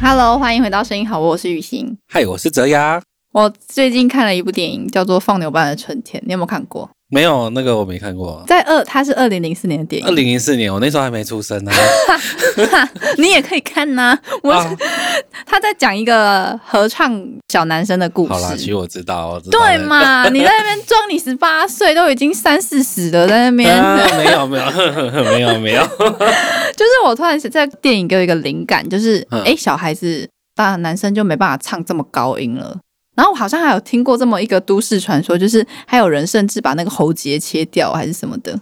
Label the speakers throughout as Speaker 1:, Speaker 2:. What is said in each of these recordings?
Speaker 1: Hello，欢迎回到声音好，我是雨欣。
Speaker 2: 嗨，我是泽雅。
Speaker 1: 我最近看了一部电影，叫做《放牛班的春天》，你有没有看过？
Speaker 2: 没有那个我没看过。
Speaker 1: 在二，它是二零零四年的电
Speaker 2: 二
Speaker 1: 影，
Speaker 2: 零零四年我那时候还没出生呢、
Speaker 1: 你也可以看呐、我、
Speaker 2: 啊。
Speaker 1: 他在讲一个合唱小男生的故
Speaker 2: 好啦，其
Speaker 1: 事，
Speaker 2: 实我知道，我知道
Speaker 1: 对
Speaker 2: 了？
Speaker 1: 嘛？你在那边装你十八岁，都已经三四十了，在那边。
Speaker 2: 啊，没有没有没有 没有，
Speaker 1: 就是我突然在电影给我一个灵感，就是哎、
Speaker 2: 嗯
Speaker 1: 诶小孩子大男生就没办法唱这么高音了。然后我好像还有听过这么一个都市传说，就是还有人甚至把那个喉结切掉还是什么的，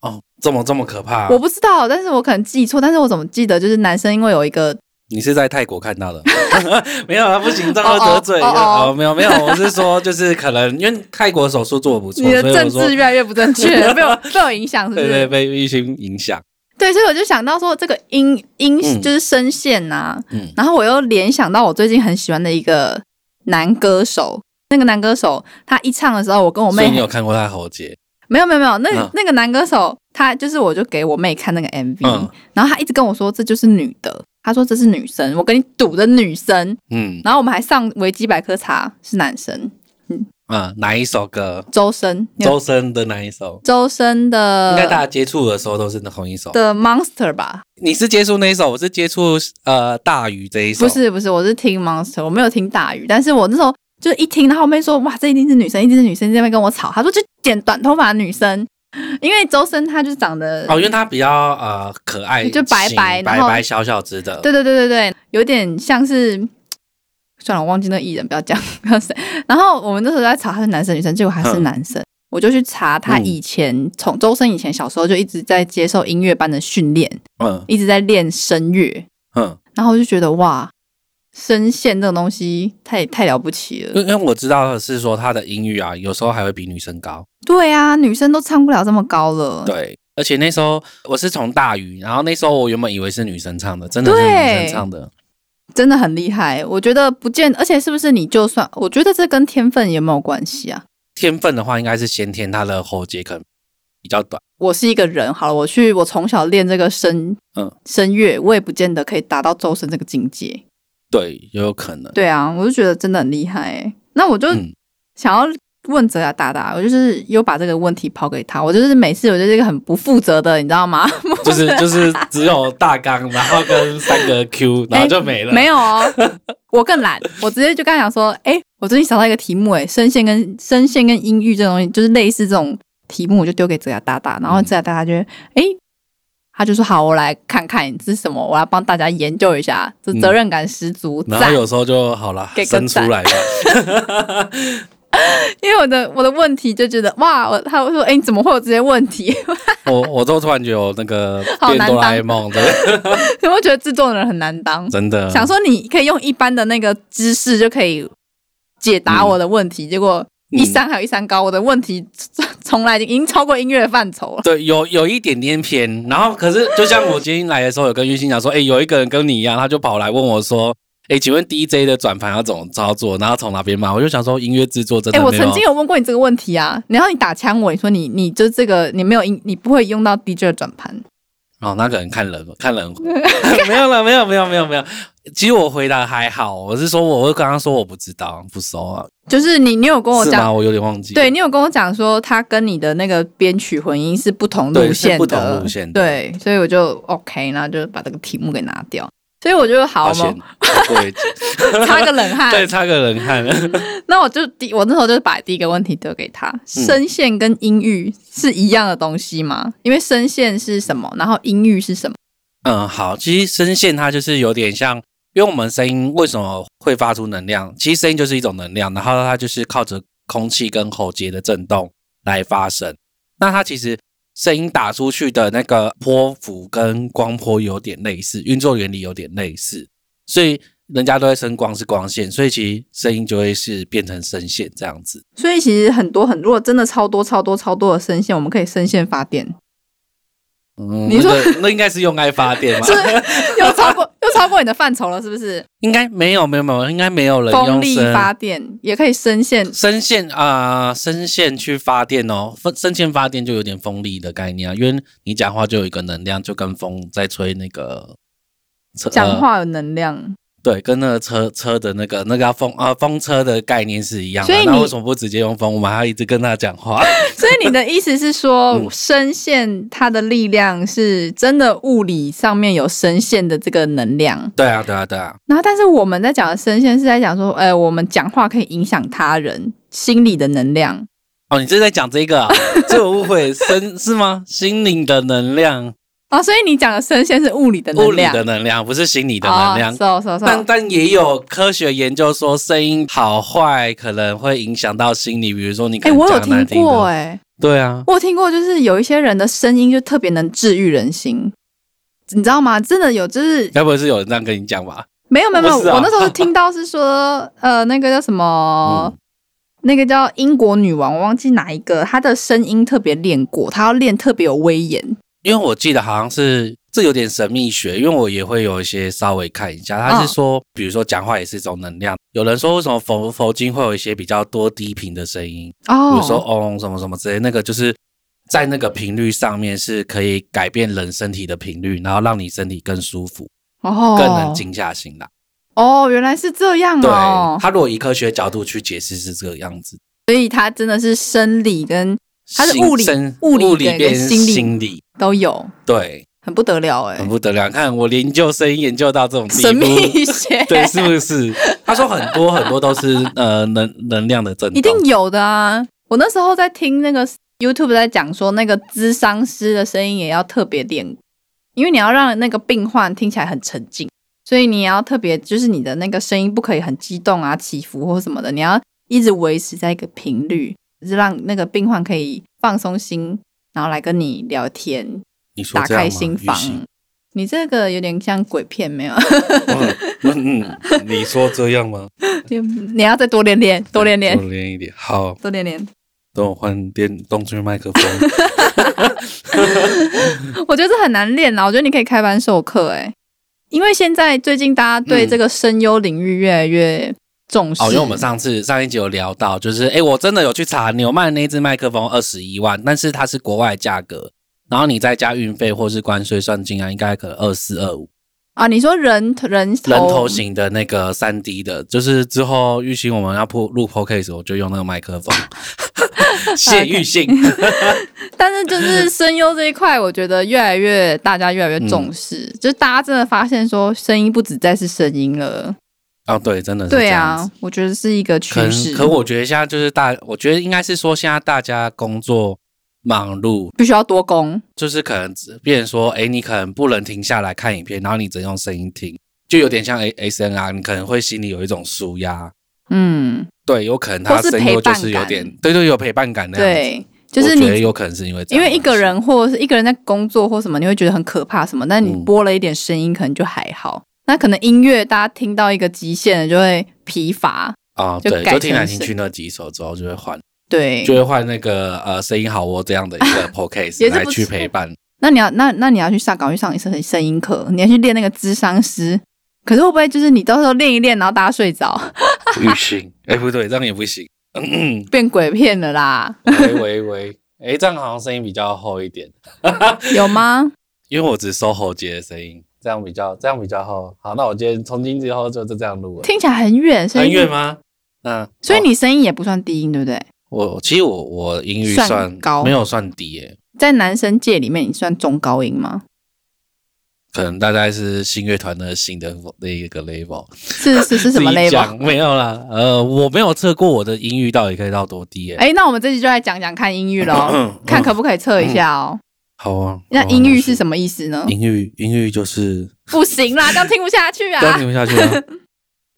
Speaker 2: 哦，这么这么可怕、
Speaker 1: 我不知道，但是我可能记错，但是我怎么记得就是男生因为有一个
Speaker 2: 你是在泰国看到的？ 没有啊，不行，这样会得罪。
Speaker 1: 哦哦哦哦
Speaker 2: 哦，没有没有，我是说，就是可能因为泰国手术做的不错，
Speaker 1: 你
Speaker 2: 所
Speaker 1: 的
Speaker 2: 以我
Speaker 1: 政
Speaker 2: 说
Speaker 1: 治越来越不正 确，被我被我影响是不
Speaker 2: 对
Speaker 1: 是？
Speaker 2: 对被疫情影响。
Speaker 1: 对，所以我就想到说这个音音
Speaker 2: 嗯
Speaker 1: 就是声线呐、
Speaker 2: 嗯
Speaker 1: 然后我又联想到我最近很喜欢的一个男歌手，那个男歌手他一唱的时候，我跟我
Speaker 2: 所
Speaker 1: 妹
Speaker 2: 以你有看过他的喉结？
Speaker 1: 没有没有没有，那、
Speaker 2: 嗯
Speaker 1: 那个男歌手他就是我就给我妹看那个 MV，、
Speaker 2: 嗯
Speaker 1: 然后他一直跟我说这就是女的，他说这是女生，我跟你赌的女生，
Speaker 2: 嗯
Speaker 1: 然后我们还上维基百科查是男生，
Speaker 2: 嗯，哪一首歌？
Speaker 1: 周深，你有呃
Speaker 2: 周深的哪一首？
Speaker 1: 周深
Speaker 2: 应该大
Speaker 1: 的
Speaker 2: 家接触的时候都是那同一首。
Speaker 1: 的 Monster 吧？
Speaker 2: 你是接触那一首，我是接触呃大鱼这一首。
Speaker 1: 不是不是，我是听 Monster，我没有听大鱼，但是我那时候就一听，然后我妹说哇，这一定是女生，一定是女生，在那边跟我吵，她说就剪短头发的女生，因为周深他就是长得
Speaker 2: 哦，因为它比较呃可爱型，
Speaker 1: 就白白然
Speaker 2: 白
Speaker 1: 后
Speaker 2: 白小小只的。
Speaker 1: 对对对对对，有点像是，算了，我忘记那个艺人，不要讲， 不要谁。然后我们那时候在查他是男生女生，结果他是
Speaker 2: 嗯
Speaker 1: 男生，我就去查他以前从、周深以前小时候就一直在接受音乐班的训练，
Speaker 2: 嗯
Speaker 1: 一直在练声乐，
Speaker 2: 嗯，
Speaker 1: 然后我就觉得哇，声线这种东西太太了不起了。
Speaker 2: 因因为我知道的是说它的音域啊，有时候还会比女生高。
Speaker 1: 对啊，女生都唱不了这么高了。
Speaker 2: 对，而且那时候我是从大鱼，然后那时候我原本以为是女生唱的，真的是
Speaker 1: 对
Speaker 2: 女生唱的。
Speaker 1: 真的很厉害，我觉得不见，而且是不是你就算，我觉得这跟天分也没有关系啊。
Speaker 2: 天分的话，应该是先天，它的喉结可能比较短。
Speaker 1: 我是一个人，好了，我去，我从小练这个声，
Speaker 2: 嗯
Speaker 1: 声乐，我也不见得可以达到周深这个境界。
Speaker 2: 对，也有可 能。
Speaker 1: 对啊，我就觉得真的很厉害欸。那我就
Speaker 2: 嗯
Speaker 1: 想要问泽雅大大，我就是有把这个问题抛给他，我就是每次我就是一个很不负责的，你知道吗？
Speaker 2: 就是就是只有大纲，然后跟三个 Q，然后就没了。
Speaker 1: 哎没有 哦，我更懒，我直接就跟他讲说，哎、我最近想到一个题目，哎，声线跟声线跟音域这种东西，就是类似这种题目，我就丢给泽雅大
Speaker 2: 嗯
Speaker 1: 大，然后泽雅大大就会，哎、他就说好，我来看看这是什么，我来帮大家研究一下，这
Speaker 2: 嗯
Speaker 1: 责任感十足，
Speaker 2: 然后
Speaker 1: 赞、
Speaker 2: 有时候就好了
Speaker 1: 给，个
Speaker 2: 生出
Speaker 1: 赞
Speaker 2: 来吧。
Speaker 1: 因为我的我的问题就觉得哇，我他会说，哎、你怎么会有这些问题？
Speaker 2: 我我都突然觉得我那个
Speaker 1: 好
Speaker 2: 变
Speaker 1: 难
Speaker 2: 哆啦
Speaker 1: 当
Speaker 2: A 梦，真的
Speaker 1: 你会觉得制作人很难当，
Speaker 2: 真的
Speaker 1: 想说你可以用一般的那个知识就可以解答我的问题，结
Speaker 2: 嗯
Speaker 1: 果一山还有一山高，我的问题从来已经超过音乐的范畴了。
Speaker 2: 对，有有一点点偏。然后可是就像我今天来的时候，有跟玉欣讲说，哎、有一个人跟你一样，他就跑来问我说，哎、请问 DJ 的转盘要怎么操作，然后从哪边买？我就想说，音乐制作真
Speaker 1: 哎、
Speaker 2: 的
Speaker 1: 我
Speaker 2: 没有。啊
Speaker 1: 曾经有问过你这个问题啊，然后你打枪我，你说你你就这个你没有音，你不会用到 DJ 的转盘，
Speaker 2: 哦，那可能 看人，看人。 没有了，没有，没有，没有，没有。其实我回答还好，我是说我会跟他说我不知道，不熟啊，
Speaker 1: 就是你你有跟我
Speaker 2: 是吗？
Speaker 1: 讲，
Speaker 2: 我有点忘记。
Speaker 1: 对，你有跟我讲说它跟你的那个编曲混音是不同路
Speaker 2: 对是
Speaker 1: 线的，
Speaker 2: 不同路线的
Speaker 1: 对，所以我就 OK，然后就把这个题目给拿掉，所以我就好哦
Speaker 2: 抱
Speaker 1: 我
Speaker 2: 歉
Speaker 1: 们，
Speaker 2: 过一集
Speaker 1: 擦个 冷汗，
Speaker 2: 对，差个人看。
Speaker 1: 那我就第我那时候就是把第一个问题丢给他，
Speaker 2: 嗯
Speaker 1: 声线跟音域是一样的东西吗？因为声线是什么，然后音域是什么？
Speaker 2: 嗯，好，其实声线它就是有点像，因为我们声音为什么会发出能量？其实声音就是一种能量，然后它就是靠着空气跟喉结的震动来发声。那它其实声音打出去的那个波幅跟光波有点类似，运作原理有点类似，所以人家都在声光是光线，所以其实声音就会是变成声线这样子。
Speaker 1: 所以其实很多很，如果真的超多超多超多的声线，我们可以声线发电，
Speaker 2: 嗯，
Speaker 1: 你说
Speaker 2: 那个那应该是用爱发 电吧？
Speaker 1: 是 又超过又超过你的范畴了，是不是？
Speaker 2: 应该没有没有没有，应该没有人
Speaker 1: 风
Speaker 2: 用
Speaker 1: 力
Speaker 2: 声呃
Speaker 1: 发电也可以声线，
Speaker 2: 声线啊、呃声线去发电哦，风声线发电就有点风力的概念啊，因为你讲话就有一个能量，就跟风在吹那个。呃
Speaker 1: 讲话有能量，
Speaker 2: 对，跟那个车车的那个那个要风啊风车的概念是一样的
Speaker 1: 所以。
Speaker 2: 那
Speaker 1: 你
Speaker 2: 为什么不直接用风？我们还要一直跟他 讲话？
Speaker 1: 所以你的意思是说
Speaker 2: 嗯，
Speaker 1: 声线它的力量是真的物理上面有声线的这个能量，
Speaker 2: 对啊，对啊，对啊，
Speaker 1: 然后但是我们在讲的声线是在讲说，呃，我们讲话可以影响他人心理的能量。
Speaker 2: 哦，你是在讲 这个、啊？这我误会，身是吗？心灵的能量，
Speaker 1: 哦，所以你讲的声线是物理的
Speaker 2: 物
Speaker 1: 能
Speaker 2: 理
Speaker 1: 量，
Speaker 2: 的能量，不是心理的能量。
Speaker 1: 哦，是哦是哦是
Speaker 2: 但
Speaker 1: 哦
Speaker 2: 但也有科学研究说，声音好坏可能会影响到心理，比如说你可
Speaker 1: 哎、
Speaker 2: 能
Speaker 1: 我有
Speaker 2: 讲得难
Speaker 1: 听
Speaker 2: 听的
Speaker 1: 过、哎、
Speaker 2: 对啊，
Speaker 1: 我有听过，就是有一些人的声音就特别能治愈人心，你知道吗？真的有，就是
Speaker 2: 该不会是有人这样跟你讲吧？
Speaker 1: 没有没有没有，
Speaker 2: 不是啊
Speaker 1: 我那时候是听到是说，呃，那个叫什么，
Speaker 2: 嗯
Speaker 1: 那个叫英国女王，我忘记哪一个，她的声音特别练过，她要练特别有威严。
Speaker 2: 因为我记得好像是这有点神秘学，因为我也会有一些稍微看一下，他是
Speaker 1: 哦
Speaker 2: 说，比如说讲话也是一种能量。有人说为什么佛佛经会有一些比较多低频的声音，比
Speaker 1: 哦，
Speaker 2: 如说嗡、什么什么之类，那个就是在那个频率上面是可以改变人身体的频率，然后让你身体更舒服，
Speaker 1: 哦，
Speaker 2: 更能静下心来。
Speaker 1: 哦，原来是这样
Speaker 2: 对
Speaker 1: 哦，，
Speaker 2: 他如果以科学角度去解释是这个样子，
Speaker 1: 所以她真的是生理跟它是
Speaker 2: 心
Speaker 1: 物理
Speaker 2: 身
Speaker 1: 物理
Speaker 2: 物理
Speaker 1: 跟
Speaker 2: 变
Speaker 1: 心理
Speaker 2: 心理，
Speaker 1: 都有，
Speaker 2: 对，
Speaker 1: 很不得了哎、
Speaker 2: 很不得了。看我研究声音研究到这种地
Speaker 1: 神
Speaker 2: 步，
Speaker 1: 秘学
Speaker 2: 对，是不是？他说很多很多都是 呃能能量的震
Speaker 1: 一定
Speaker 2: 动，
Speaker 1: 有的啊。我那时候在听那个 YouTube 在讲说，那个咨商师的声音也要特别练，因为你要让那个病患听起来很沉静，所以你也要特别，就是你的那个声音不可以很激动啊、起伏或什么的，你要一直维持在一个频率，就是让那个病患可以放松心，然后来跟你聊天，
Speaker 2: 你说
Speaker 1: 打
Speaker 2: 这样
Speaker 1: 开
Speaker 2: 吗
Speaker 1: 心房
Speaker 2: 玉玺。
Speaker 1: 你这个有点像鬼片，没有？
Speaker 2: 嗯嗯，嗯你说这样吗？
Speaker 1: 就你要再多练练，多练练，
Speaker 2: 多练一点。好，
Speaker 1: 多练练。
Speaker 2: 等我换电动圈麦克风。
Speaker 1: 我觉得这很难练啊啦，我觉得你可以开班授课哎、因为现在最近大家对这个声优领域越来越重视。
Speaker 2: 哦，因为我们上次上一集有聊到，就是诶，我真的有去查纽曼那只麦克风二十一万，但是它是国外价格，然后你再加运费或是关税算进来，应该可能二四二五。
Speaker 1: 啊，你说人人头
Speaker 2: 人头型的那个三 D 的，就是之后玉兴我们要铺录 podcast，我就用那个麦 克风。谢玉兴，
Speaker 1: 但是就是声优这一块，我觉得越来越大家越来越重视，
Speaker 2: 嗯
Speaker 1: 就是大家真的发现说声音不只再是声音了。
Speaker 2: 哦，对，真的是这
Speaker 1: 对
Speaker 2: 样子
Speaker 1: 啊。，我觉得是一个
Speaker 2: 可
Speaker 1: 趋势
Speaker 2: 能，可我觉得现在就是大，我觉得应该是说现在大家工作忙碌，
Speaker 1: 必须要多攻。
Speaker 2: 就是可能只变成说，哎、你可能不能停下来看影片，然后你只能用声音听，就有点像 A S N R，你可能会心里有一种舒压。
Speaker 1: 嗯，
Speaker 2: 对，有可能他
Speaker 1: 或是
Speaker 2: 声
Speaker 1: 陪
Speaker 2: 优就
Speaker 1: 伴
Speaker 2: 是有
Speaker 1: 感
Speaker 2: 点，对对，有陪伴感那样子。
Speaker 1: 对，就
Speaker 2: 我
Speaker 1: 是
Speaker 2: 觉得
Speaker 1: 你。
Speaker 2: 有可能是因为这
Speaker 1: 因
Speaker 2: 样
Speaker 1: 为一个
Speaker 2: 关系
Speaker 1: 人或者是一个人在工作或什么，你会觉得很可怕什么，但你
Speaker 2: 嗯
Speaker 1: 播了一点声音，可能就还好。那可能音乐大家听到一个极限了，就会疲乏。
Speaker 2: 啊、
Speaker 1: 就
Speaker 2: 对，
Speaker 1: 改
Speaker 2: 就听
Speaker 1: 成
Speaker 2: 来听
Speaker 1: 声
Speaker 2: 去那几首之后就会换，
Speaker 1: 对
Speaker 2: 就，会换那个呃声音好窝这样的一个 podcast
Speaker 1: 也是
Speaker 2: 来
Speaker 1: 不
Speaker 2: 去
Speaker 1: 错
Speaker 2: 陪伴。
Speaker 1: 那你要那那你要去上，赶快去上一声声音课，你要去练那个智商师。可是会不会就是你到时候练一练，然后大家睡着，
Speaker 2: 不 行，哎、不对，这样也不行。嗯
Speaker 1: 变鬼片了啦？
Speaker 2: 喂喂喂，哎、这样好像声音比较厚一点。
Speaker 1: 有吗？
Speaker 2: 因为我只收喉结的声音，这样比较这样比较好。好，那我今天从今之后就就这样录了。
Speaker 1: 听起来很远，所
Speaker 2: 很
Speaker 1: 以
Speaker 2: 远吗？嗯，
Speaker 1: 所以
Speaker 2: 哦
Speaker 1: 你声音也不算低音，对不对？
Speaker 2: 我其实我我音域
Speaker 1: 算
Speaker 2: 算
Speaker 1: 高
Speaker 2: 没有算低耶、
Speaker 1: 在男生界里面，你算中高音吗？
Speaker 2: 可能大概是新乐团的新的那一个 level。
Speaker 1: 是是是什么
Speaker 2: 自己
Speaker 1: level？
Speaker 2: 讲没有啦，呃，我没有测过我的音域到底可以到多低耶、，
Speaker 1: 哎、那我们这期就来讲讲看音域喽看可不可以测一下哦。
Speaker 2: 好啊，
Speaker 1: 那
Speaker 2: 好啊
Speaker 1: 音域是什么意思呢？
Speaker 2: 音域音域就是
Speaker 1: 不行 啦，这样听不下 去
Speaker 2: 这样
Speaker 1: 啊！
Speaker 2: 听不下去吗？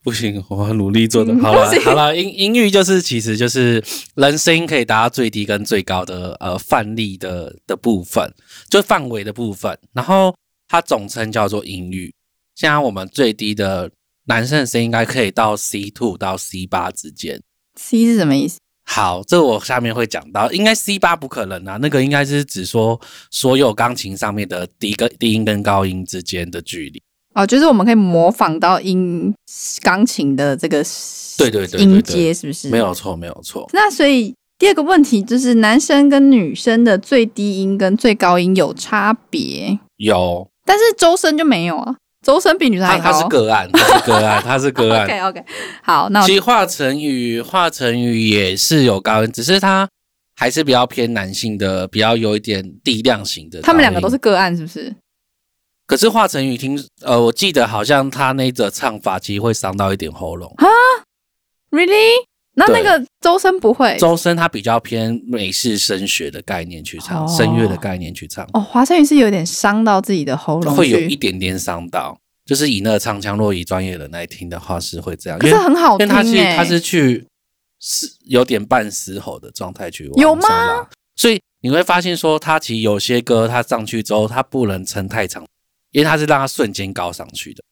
Speaker 2: 不行，我要努力做的。
Speaker 1: 嗯
Speaker 2: 好了
Speaker 1: 不，行
Speaker 2: 好了，音音域就是其实就是人声音可以达到最低跟最高的呃范例的的部分，就范围的部分。然后它总称叫做音域。现在我们最低的男生的声音应该可以到 C two 到 C 八之间。
Speaker 1: C 是什么意思？
Speaker 2: 好，这我下面会讲到，应该 C 八不可能啊，那个应该是指说所有钢琴上面的低跟低音跟高音之间的距离。
Speaker 1: 哦，就是我们可以模仿到音钢琴的这个
Speaker 2: 对对对对对
Speaker 1: 音阶，是不是？
Speaker 2: 没。有错，没有错。
Speaker 1: 那所以第二个问题就是，男生跟女生的最低音跟最高音有差别，
Speaker 2: 有，
Speaker 1: 但是周深就没有啊。周深比女生
Speaker 2: 他
Speaker 1: 还
Speaker 2: 他是
Speaker 1: 高。
Speaker 2: 个案，他是个案，他是个案。
Speaker 1: OK OK，好，那我
Speaker 2: 其实华晨宇，华晨宇也是有高音，只是他还是比较偏男性的，比较有一点力量型的。
Speaker 1: 他们两个都是，个案，是不是？
Speaker 2: 可是华晨宇听，呃，我记得好像他那个唱法其实会伤到一点喉咙。
Speaker 1: Really？那那
Speaker 2: 对
Speaker 1: 个周深不会
Speaker 2: 周深他比较偏美式声学的概念去唱，
Speaker 1: 哦
Speaker 2: 声乐的概念去唱，
Speaker 1: 哦，华晨宇是有点伤到自己的喉咙
Speaker 2: 会有一
Speaker 1: 去，
Speaker 2: 点点伤到。就是以那个唱腔，若以专业人来听的话，是会这样。
Speaker 1: 可是
Speaker 2: 因为
Speaker 1: 很好
Speaker 2: 因为
Speaker 1: 听
Speaker 2: 他是
Speaker 1: 哎、
Speaker 2: 他是去是有点半嘶吼的状态去玩
Speaker 1: 有吗
Speaker 2: 沙拉？所以你会发现说，他其实有些歌他上去之后，他不能撑太长，因为他是让他瞬间高上去的，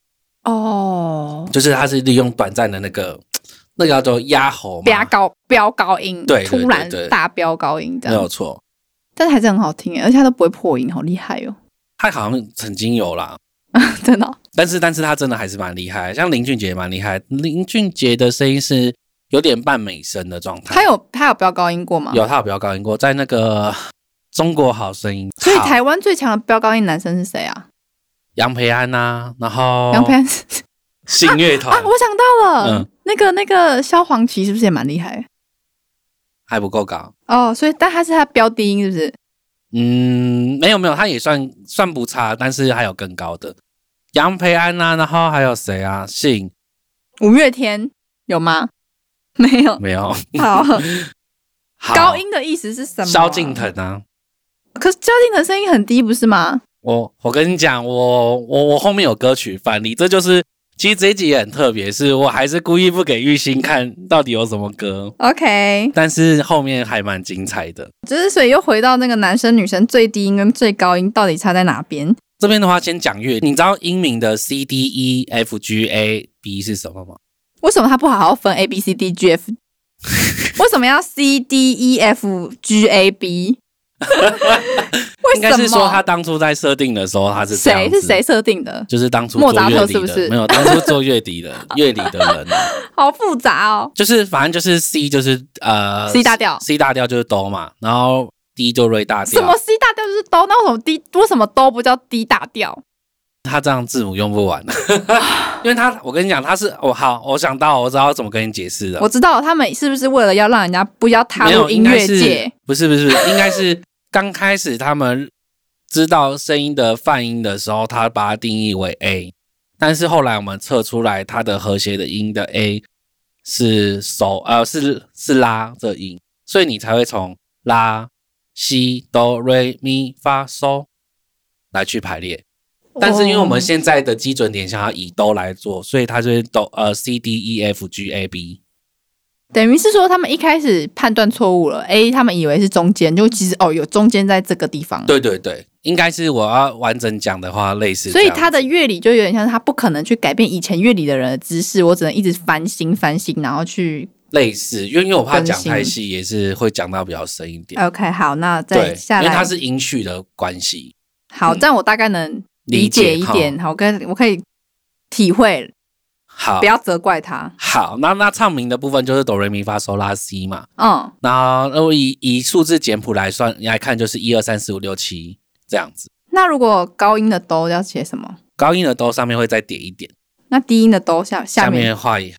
Speaker 1: 哦，
Speaker 2: 就是他是利用短暂的那个那个叫做压喉
Speaker 1: 飙
Speaker 2: 嘛，
Speaker 1: 高飙高音，
Speaker 2: 对对对
Speaker 1: 突然
Speaker 2: 对
Speaker 1: 大飙高音这
Speaker 2: 没
Speaker 1: 样
Speaker 2: 有，错。
Speaker 1: 但是还是很好听哎、而且他都不会破音，好厉害哦，
Speaker 2: 他好像曾经有啦，
Speaker 1: 真的哦、
Speaker 2: 但是但是他真的还是蛮厉害，像林俊杰也蛮厉害，林俊杰的声音是有点半美声的状态，
Speaker 1: 他有他有飙高音过吗？
Speaker 2: 有他有比较高音过，在那个中国好声音，
Speaker 1: 所以
Speaker 2: 好
Speaker 1: 台湾最强的飙高音男生是谁啊？
Speaker 2: 杨培安呐、然后
Speaker 1: 杨培安是
Speaker 2: 新乐团、
Speaker 1: 啊，我想到了，
Speaker 2: 哦嗯
Speaker 1: 那个那个萧煌奇是不是也蛮厉害？
Speaker 2: 还不够高。
Speaker 1: 哦，所以但他是他飙低音是不是？
Speaker 2: 嗯，没有没有，他也算算不差，但是还有更高的杨培安呐、然后还有谁啊？信
Speaker 1: 五月天有吗？ 没有。
Speaker 2: 没有？
Speaker 1: 好，
Speaker 2: 好
Speaker 1: 高音的意思是什么、
Speaker 2: 萧敬，腾啊。
Speaker 1: 可是萧敬腾声音很低，不是吗？
Speaker 2: 我我跟你讲，我我我后面有歌曲范例，这就是其实这一集也很特别，是我还是故意不给玉兴看到底有什么歌，
Speaker 1: OK，
Speaker 2: 但是后面还蛮精彩的。
Speaker 1: 就是所以又回到那个男生女生最低音跟最高音到底差在哪边？
Speaker 2: 这边的话，先讲乐，你知道英名的 C D E F G A B 是什么吗？
Speaker 1: 为什么他不好好分 A B C D G F？为什么要 C D E F G A B？为 什
Speaker 2: 应该
Speaker 1: 么？
Speaker 2: 是说他当初在设定的时候，他是这样
Speaker 1: 谁
Speaker 2: 子
Speaker 1: 是谁？设定的？
Speaker 2: 就是当初
Speaker 1: 莫
Speaker 2: 做
Speaker 1: 扎
Speaker 2: 乐
Speaker 1: 特
Speaker 2: 理
Speaker 1: 是不
Speaker 2: 的
Speaker 1: 是
Speaker 2: 没有，当初做乐 理的乐理的人啊，
Speaker 1: 好复杂哦。
Speaker 2: 就是反正就是 C 就是呃
Speaker 1: C 大调
Speaker 2: ，C 大调就是哆嘛，然后 D 就瑞大
Speaker 1: 什
Speaker 2: 调
Speaker 1: 么，C 大调就是哆，那为什么 D 为什么哆不叫 D 大调？
Speaker 2: 他这样字母用不完， 因为他我跟你讲，他是哦好，我想到我知道怎么跟你解释了
Speaker 1: 我，知道他们是不是为了要让人家不要踏
Speaker 2: 没
Speaker 1: 入
Speaker 2: 有
Speaker 1: 音乐界，，
Speaker 2: 不是不是，应该是刚开始他们知道声音的泛音的时候，他把它定义为 A，但是后来我们测出来它的和谐的音的 A 是手呃是是拉这音，所以你才会从拉西哆瑞咪发嗦来去排列。但是因为
Speaker 1: 哦
Speaker 2: 我们现在的基准点想要以哆来做，所以它就是哆呃 C D E F G A B。
Speaker 1: 等于是说他们一开始判断错误了，A 他们以为是中间，就其实哦有中间在这个地方，
Speaker 2: 对对对，应该是我要完整讲的话，类似这
Speaker 1: 所
Speaker 2: 样。
Speaker 1: 以他的乐理就有点像是他不可能去改变以前乐理的人的知识，我只能一直翻新翻新，然后去
Speaker 2: 类似，因为因为我怕
Speaker 1: 更
Speaker 2: 讲太
Speaker 1: 新
Speaker 2: 细，也是会讲到比较深一点。
Speaker 1: OK 好，那
Speaker 2: 对
Speaker 1: 呃再，下
Speaker 2: 因为它
Speaker 1: 来
Speaker 2: 是音序的关系。
Speaker 1: 好，
Speaker 2: 嗯
Speaker 1: 这样我大概能
Speaker 2: 理
Speaker 1: 理
Speaker 2: 解
Speaker 1: 解一点，好，我跟我可以体会，
Speaker 2: 好
Speaker 1: 不，要责怪他，
Speaker 2: 好，那那唱名的部分就是哆瑞咪发嗦拉西嘛。
Speaker 1: 嗯，
Speaker 2: 那如果以以数字简谱来算来看，就是一二三四五六七这样子。
Speaker 1: 那如果高音的哆要写什么？
Speaker 2: 高音的哆上面会再点一点，
Speaker 1: 那低音的哆下下
Speaker 2: 下
Speaker 1: 面
Speaker 2: 面的话也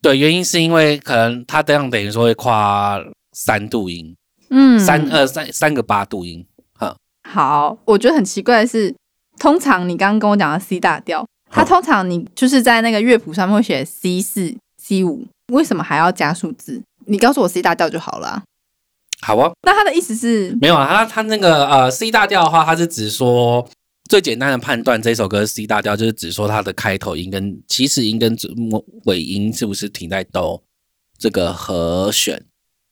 Speaker 2: 对，原因是因为可能它这样等于说会跨三度音，
Speaker 1: 嗯
Speaker 2: 三呃三三个八度音。
Speaker 1: 好，我觉得很奇怪的是，通常你刚刚跟我讲的 C 大调，它
Speaker 2: 嗯
Speaker 1: 通常你就是在那个乐谱上面会写 C 四、C 五，为什么还要加数字？你告诉我 C 大调就好了啊、
Speaker 2: 好啊，
Speaker 1: 那它的意思是，
Speaker 2: 没有啊，他他那个呃 C 大调的话，他是指说最简单的判断这首歌是 C 大调，就是指说它的开头音跟起始音跟尾音是不是停在哆这个和弦，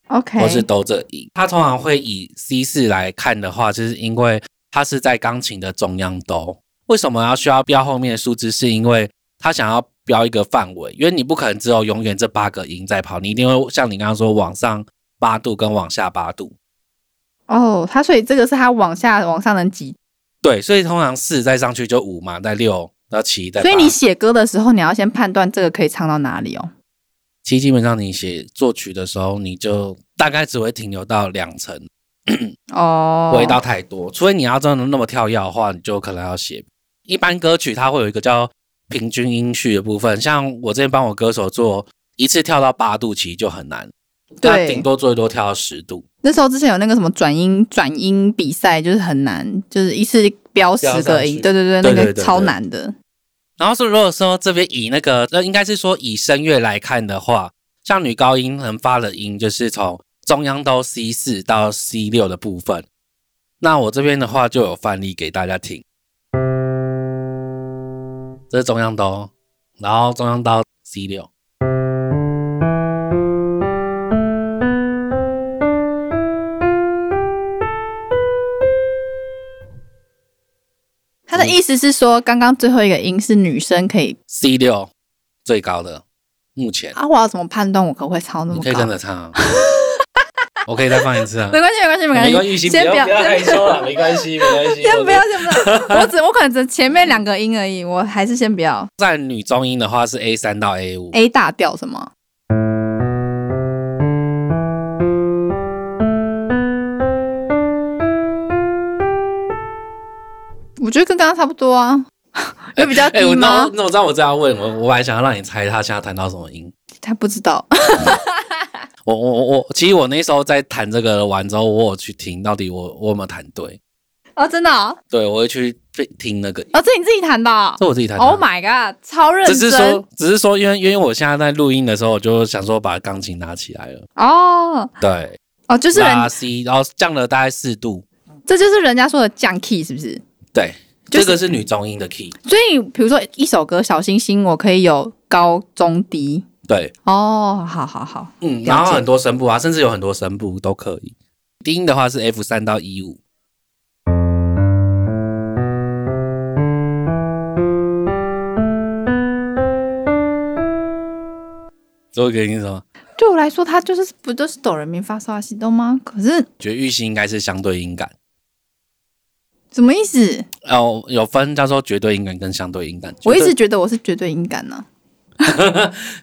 Speaker 1: OK，
Speaker 2: 或是哆这音。它通常会以 C 四来看的话，就是因为它是在钢琴的中央哆。为什么要需要标后面的数字？是因为他想要标一个范围，因为你不可能只有永远这八个音在跑，你一定会像你刚刚说往上八度跟往下八度。
Speaker 1: 哦，它所以这个是它往下往上能挤，
Speaker 2: 对，所以通常四再上去就五嘛，再六，然后七再八。
Speaker 1: 所以你写歌的时候，你要先判断这个可以唱到哪里哦。
Speaker 2: 其实基本上你写作曲的时候，你就大概只会停留到两成，
Speaker 1: 哦，
Speaker 2: 不会到太多。除非你要真的那么跳跃的话，你就可能要写一般歌曲它会有一个叫平均音序的部分，像我之前帮我歌手做一次跳到八度，其实就很难，他
Speaker 1: 对
Speaker 2: 顶多最多跳到十度，
Speaker 1: 那时候之前有那个什么转音转音比赛，就是很难，就是一次标十
Speaker 2: 标上
Speaker 1: 个
Speaker 2: 去
Speaker 1: 音，对对对，
Speaker 2: 对
Speaker 1: 那
Speaker 2: 对
Speaker 1: 个
Speaker 2: 对
Speaker 1: 超
Speaker 2: 对
Speaker 1: 难的。
Speaker 2: 然后是如果说这边以那个，那应该是说以声乐来看的话，像女高音能发的音就是从中央到 C 四到 C 六的部分。那我这边的话就有范例给大家听，这是中央哆，然后中央到 C 六，嗯
Speaker 1: 他的意思是说，刚刚最后一个音是女生可以
Speaker 2: C 六最高的，目前
Speaker 1: 啊，我要怎么判断我可不可以超那
Speaker 2: 你
Speaker 1: 么
Speaker 2: 可以跟
Speaker 1: 高？
Speaker 2: 着唱啊，我可以再放一次啊，
Speaker 1: 没关系，没关系，没
Speaker 2: 没
Speaker 1: 关
Speaker 2: 关系，
Speaker 1: 系，
Speaker 2: 不
Speaker 1: 先
Speaker 2: 要不
Speaker 1: 要，
Speaker 2: 要害
Speaker 1: 先
Speaker 2: 羞了，没关系，没关系，
Speaker 1: 先不要，先不要，我只我可能只前面两个音而已，我还是先不要。
Speaker 2: 在女中音的话是 A 三到 A 五
Speaker 1: A 大调什么？我觉得跟刚刚差不多 啊，有比较
Speaker 2: 哎、
Speaker 1: 低
Speaker 2: 我那
Speaker 1: 吗
Speaker 2: 我？那我知道我这样问我，我本来想要让你猜他现在弹到什么音。
Speaker 1: 他不知道，
Speaker 2: 我我我我，其实我那时候在弹这个完之后，我有去听到底我我有没有弹对，
Speaker 1: 哦，真的哦，
Speaker 2: 对我会去听那个，
Speaker 1: 哦，这你自己弹的哦
Speaker 2: 这我自己弹的啊。
Speaker 1: ，Oh my god，超认
Speaker 2: 只是
Speaker 1: 真
Speaker 2: 说，只是说，因为因为我现在在录音的时候，我就想说把钢琴拿起来了，
Speaker 1: 哦
Speaker 2: 对，
Speaker 1: 哦，就是人
Speaker 2: 拉 C，然后降了大概四度，
Speaker 1: 这就是人家说的降 key 是不是？
Speaker 2: 对，
Speaker 1: 就是
Speaker 2: 这个是女中音的 key，
Speaker 1: 所以比如说一首歌《小星星》，我可以有高中低
Speaker 2: 对，
Speaker 1: 哦，好好好，
Speaker 2: 嗯，
Speaker 1: 了解
Speaker 2: 然后很多声部啊，甚至有很多声部都可以。低音的话是 F 三到 E 五，最后一个音是什么？
Speaker 1: 对我来说，它就是不就是哆来咪发嗦拉西哆吗？可是
Speaker 2: 觉得玉系应该是相对音感，
Speaker 1: 什么意思？
Speaker 2: 哦，有分叫做绝对音感跟相对音感。
Speaker 1: 我一
Speaker 2: 绝
Speaker 1: 直
Speaker 2: 对
Speaker 1: 觉得我是绝对音感呢、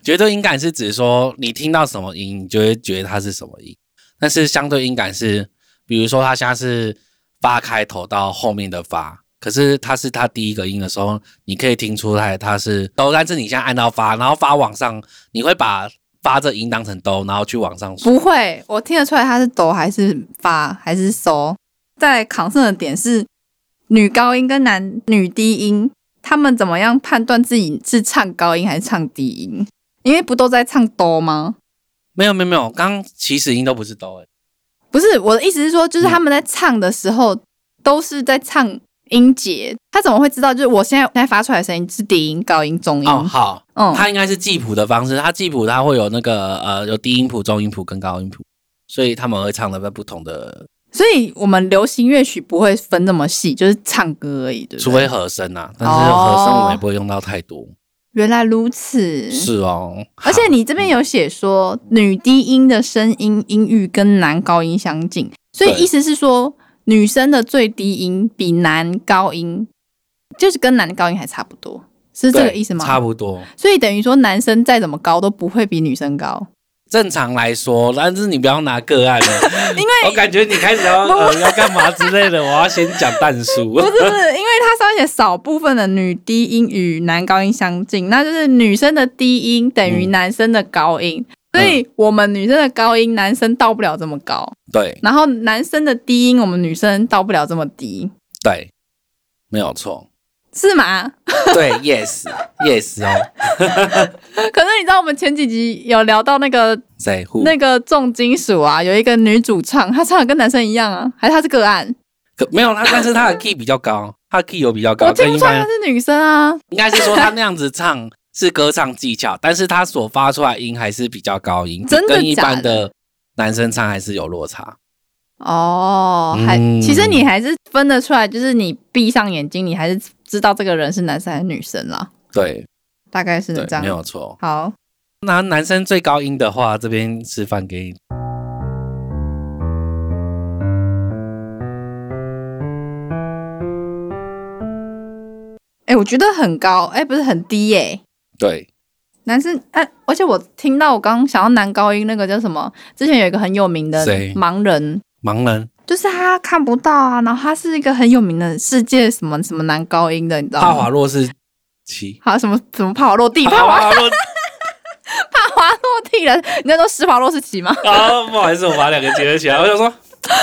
Speaker 2: 绝对音感是指说你听到什么音，你就会觉得它是什么音，但是相对音感是，比如说它现在是发开头到后面的发，可是它是它第一个音的时候，你可以听出来它是哆，但是你现在按到发，然后发往上，你会把发这音当成哆，然后去往上数。
Speaker 1: 不会，我听得出来它是哆还是发还是嗦。在抗胜的点是女高音跟男女低音，他们怎么样判断自己是唱高音还是唱低音？因为不都在唱哆吗？
Speaker 2: 没有没有没有，刚刚起始音都不是哆、欸，
Speaker 1: 不是我的意思是说，就是
Speaker 2: 嗯
Speaker 1: 他们在唱的时候、都是在唱音节，他怎么会知道？就是我现在现在发出来的声音是低音、高音、中音？
Speaker 2: 哦，好，
Speaker 1: 嗯，
Speaker 2: 它应该是记谱的方式，它记谱它会有那个呃有低音谱、中音谱跟高音谱，所以他们会唱的不同的，
Speaker 1: 所以我们流行乐曲不会分那么细，就是唱歌而已，对不对？
Speaker 2: 除非和声啊，但是和声我们也不会用到太多。
Speaker 1: 原来如此，
Speaker 2: 是哦，
Speaker 1: 哦而且你这边有写说女低音的声音音域跟男高音相近，所以
Speaker 2: 对
Speaker 1: 意思是说女生的最低音比男高音就是跟男高音还差不多，是
Speaker 2: 是
Speaker 1: 这个意思吗？
Speaker 2: 差不多。
Speaker 1: 所以等于说男生再怎么高都不会比女生高。
Speaker 2: 正常来说，但是你不要拿 个案了，因为我感觉你开始要、呃、要干嘛之类的，我要先讲蛋数
Speaker 1: 不。是不是，因为它上面写少部分的女低音与男高音相近，那就是女生的低音等于
Speaker 2: 嗯
Speaker 1: 男生的高音，所以我们女生的高音男生到不了这么高，
Speaker 2: 对
Speaker 1: 然后男生的低音我们女生到不了这么低，
Speaker 2: 对，没有错。
Speaker 1: 是吗？
Speaker 2: 对，yes yes 哦，
Speaker 1: 可是你知道我们前几集有聊到那个
Speaker 2: 在乎
Speaker 1: 那个重金属啊，有一个女主唱，她唱的跟男生一样啊，还是她是个案？
Speaker 2: 可没有他，但是他的 key 比较高，他的 key 有比较
Speaker 1: 我
Speaker 2: 高，
Speaker 1: 听
Speaker 2: 跟
Speaker 1: 不
Speaker 2: 一
Speaker 1: 出来
Speaker 2: 般
Speaker 1: 她是女生啊，
Speaker 2: 应该是说他那样子唱是歌唱技巧，但是他所发出来音还是比较高音，
Speaker 1: 真的
Speaker 2: 跟一
Speaker 1: 假
Speaker 2: 般的男生唱还是有落差。
Speaker 1: 哦，还、
Speaker 2: 嗯
Speaker 1: 其实你还是分得出来，就是你闭上眼睛，你还是知道这个人是男生还是女生啦，
Speaker 2: 对
Speaker 1: 大概是
Speaker 2: 对
Speaker 1: 这，
Speaker 2: 没
Speaker 1: 样。
Speaker 2: 有错。
Speaker 1: 好，
Speaker 2: 那男生最高音的话，这边示范给你。
Speaker 1: 哎、我觉得很高，哎、不是很低耶、
Speaker 2: 对，
Speaker 1: 男生，哎、而且我听到我刚刚想要男高音那个叫什么？之前有一个很有名的
Speaker 2: 谁
Speaker 1: 盲人，
Speaker 2: 盲人
Speaker 1: 就是他看不到啊，然后他是一个很有名的世界什么什么男高音的，你知道
Speaker 2: 帕
Speaker 1: 吗？
Speaker 2: 瓦洛是七，
Speaker 1: 好，什么什么帕瓦落地，
Speaker 2: 帕
Speaker 1: 帕瓦
Speaker 2: 瓦洛
Speaker 1: 帕瓦落地人，你在说施华洛世奇吗？
Speaker 2: 啊， 不好意思，我把两个结合起来，我想说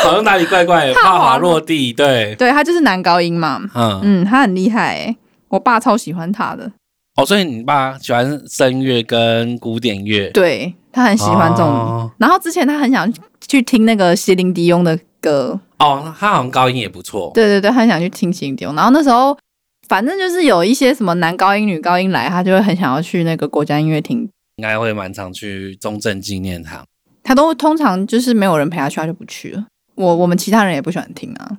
Speaker 2: 好像哪里怪怪的，
Speaker 1: 帕
Speaker 2: 帕
Speaker 1: 瓦
Speaker 2: 瓦
Speaker 1: 洛
Speaker 2: 落地，对，
Speaker 1: 对他就是男高音嘛，
Speaker 2: 嗯，
Speaker 1: 嗯，他很厉害、欸，我爸超喜欢他的，
Speaker 2: 哦，所以你爸喜欢声乐跟古典乐，
Speaker 1: 对他很喜欢这种。
Speaker 2: 哦
Speaker 1: 然后之前他很想去听那个席琳迪翁的歌，
Speaker 2: 哦，他好像高音也不错，
Speaker 1: 对对对，他很想去听席琳迪翁。然后那时候反正就是有一些什么男高音、女高音来，他就会很想要去那个国家音乐厅。
Speaker 2: 应该会蛮常去中正纪念堂。
Speaker 1: 他都通常就是没有人陪他去，他就不去了。我我们其他人也不喜欢听啊，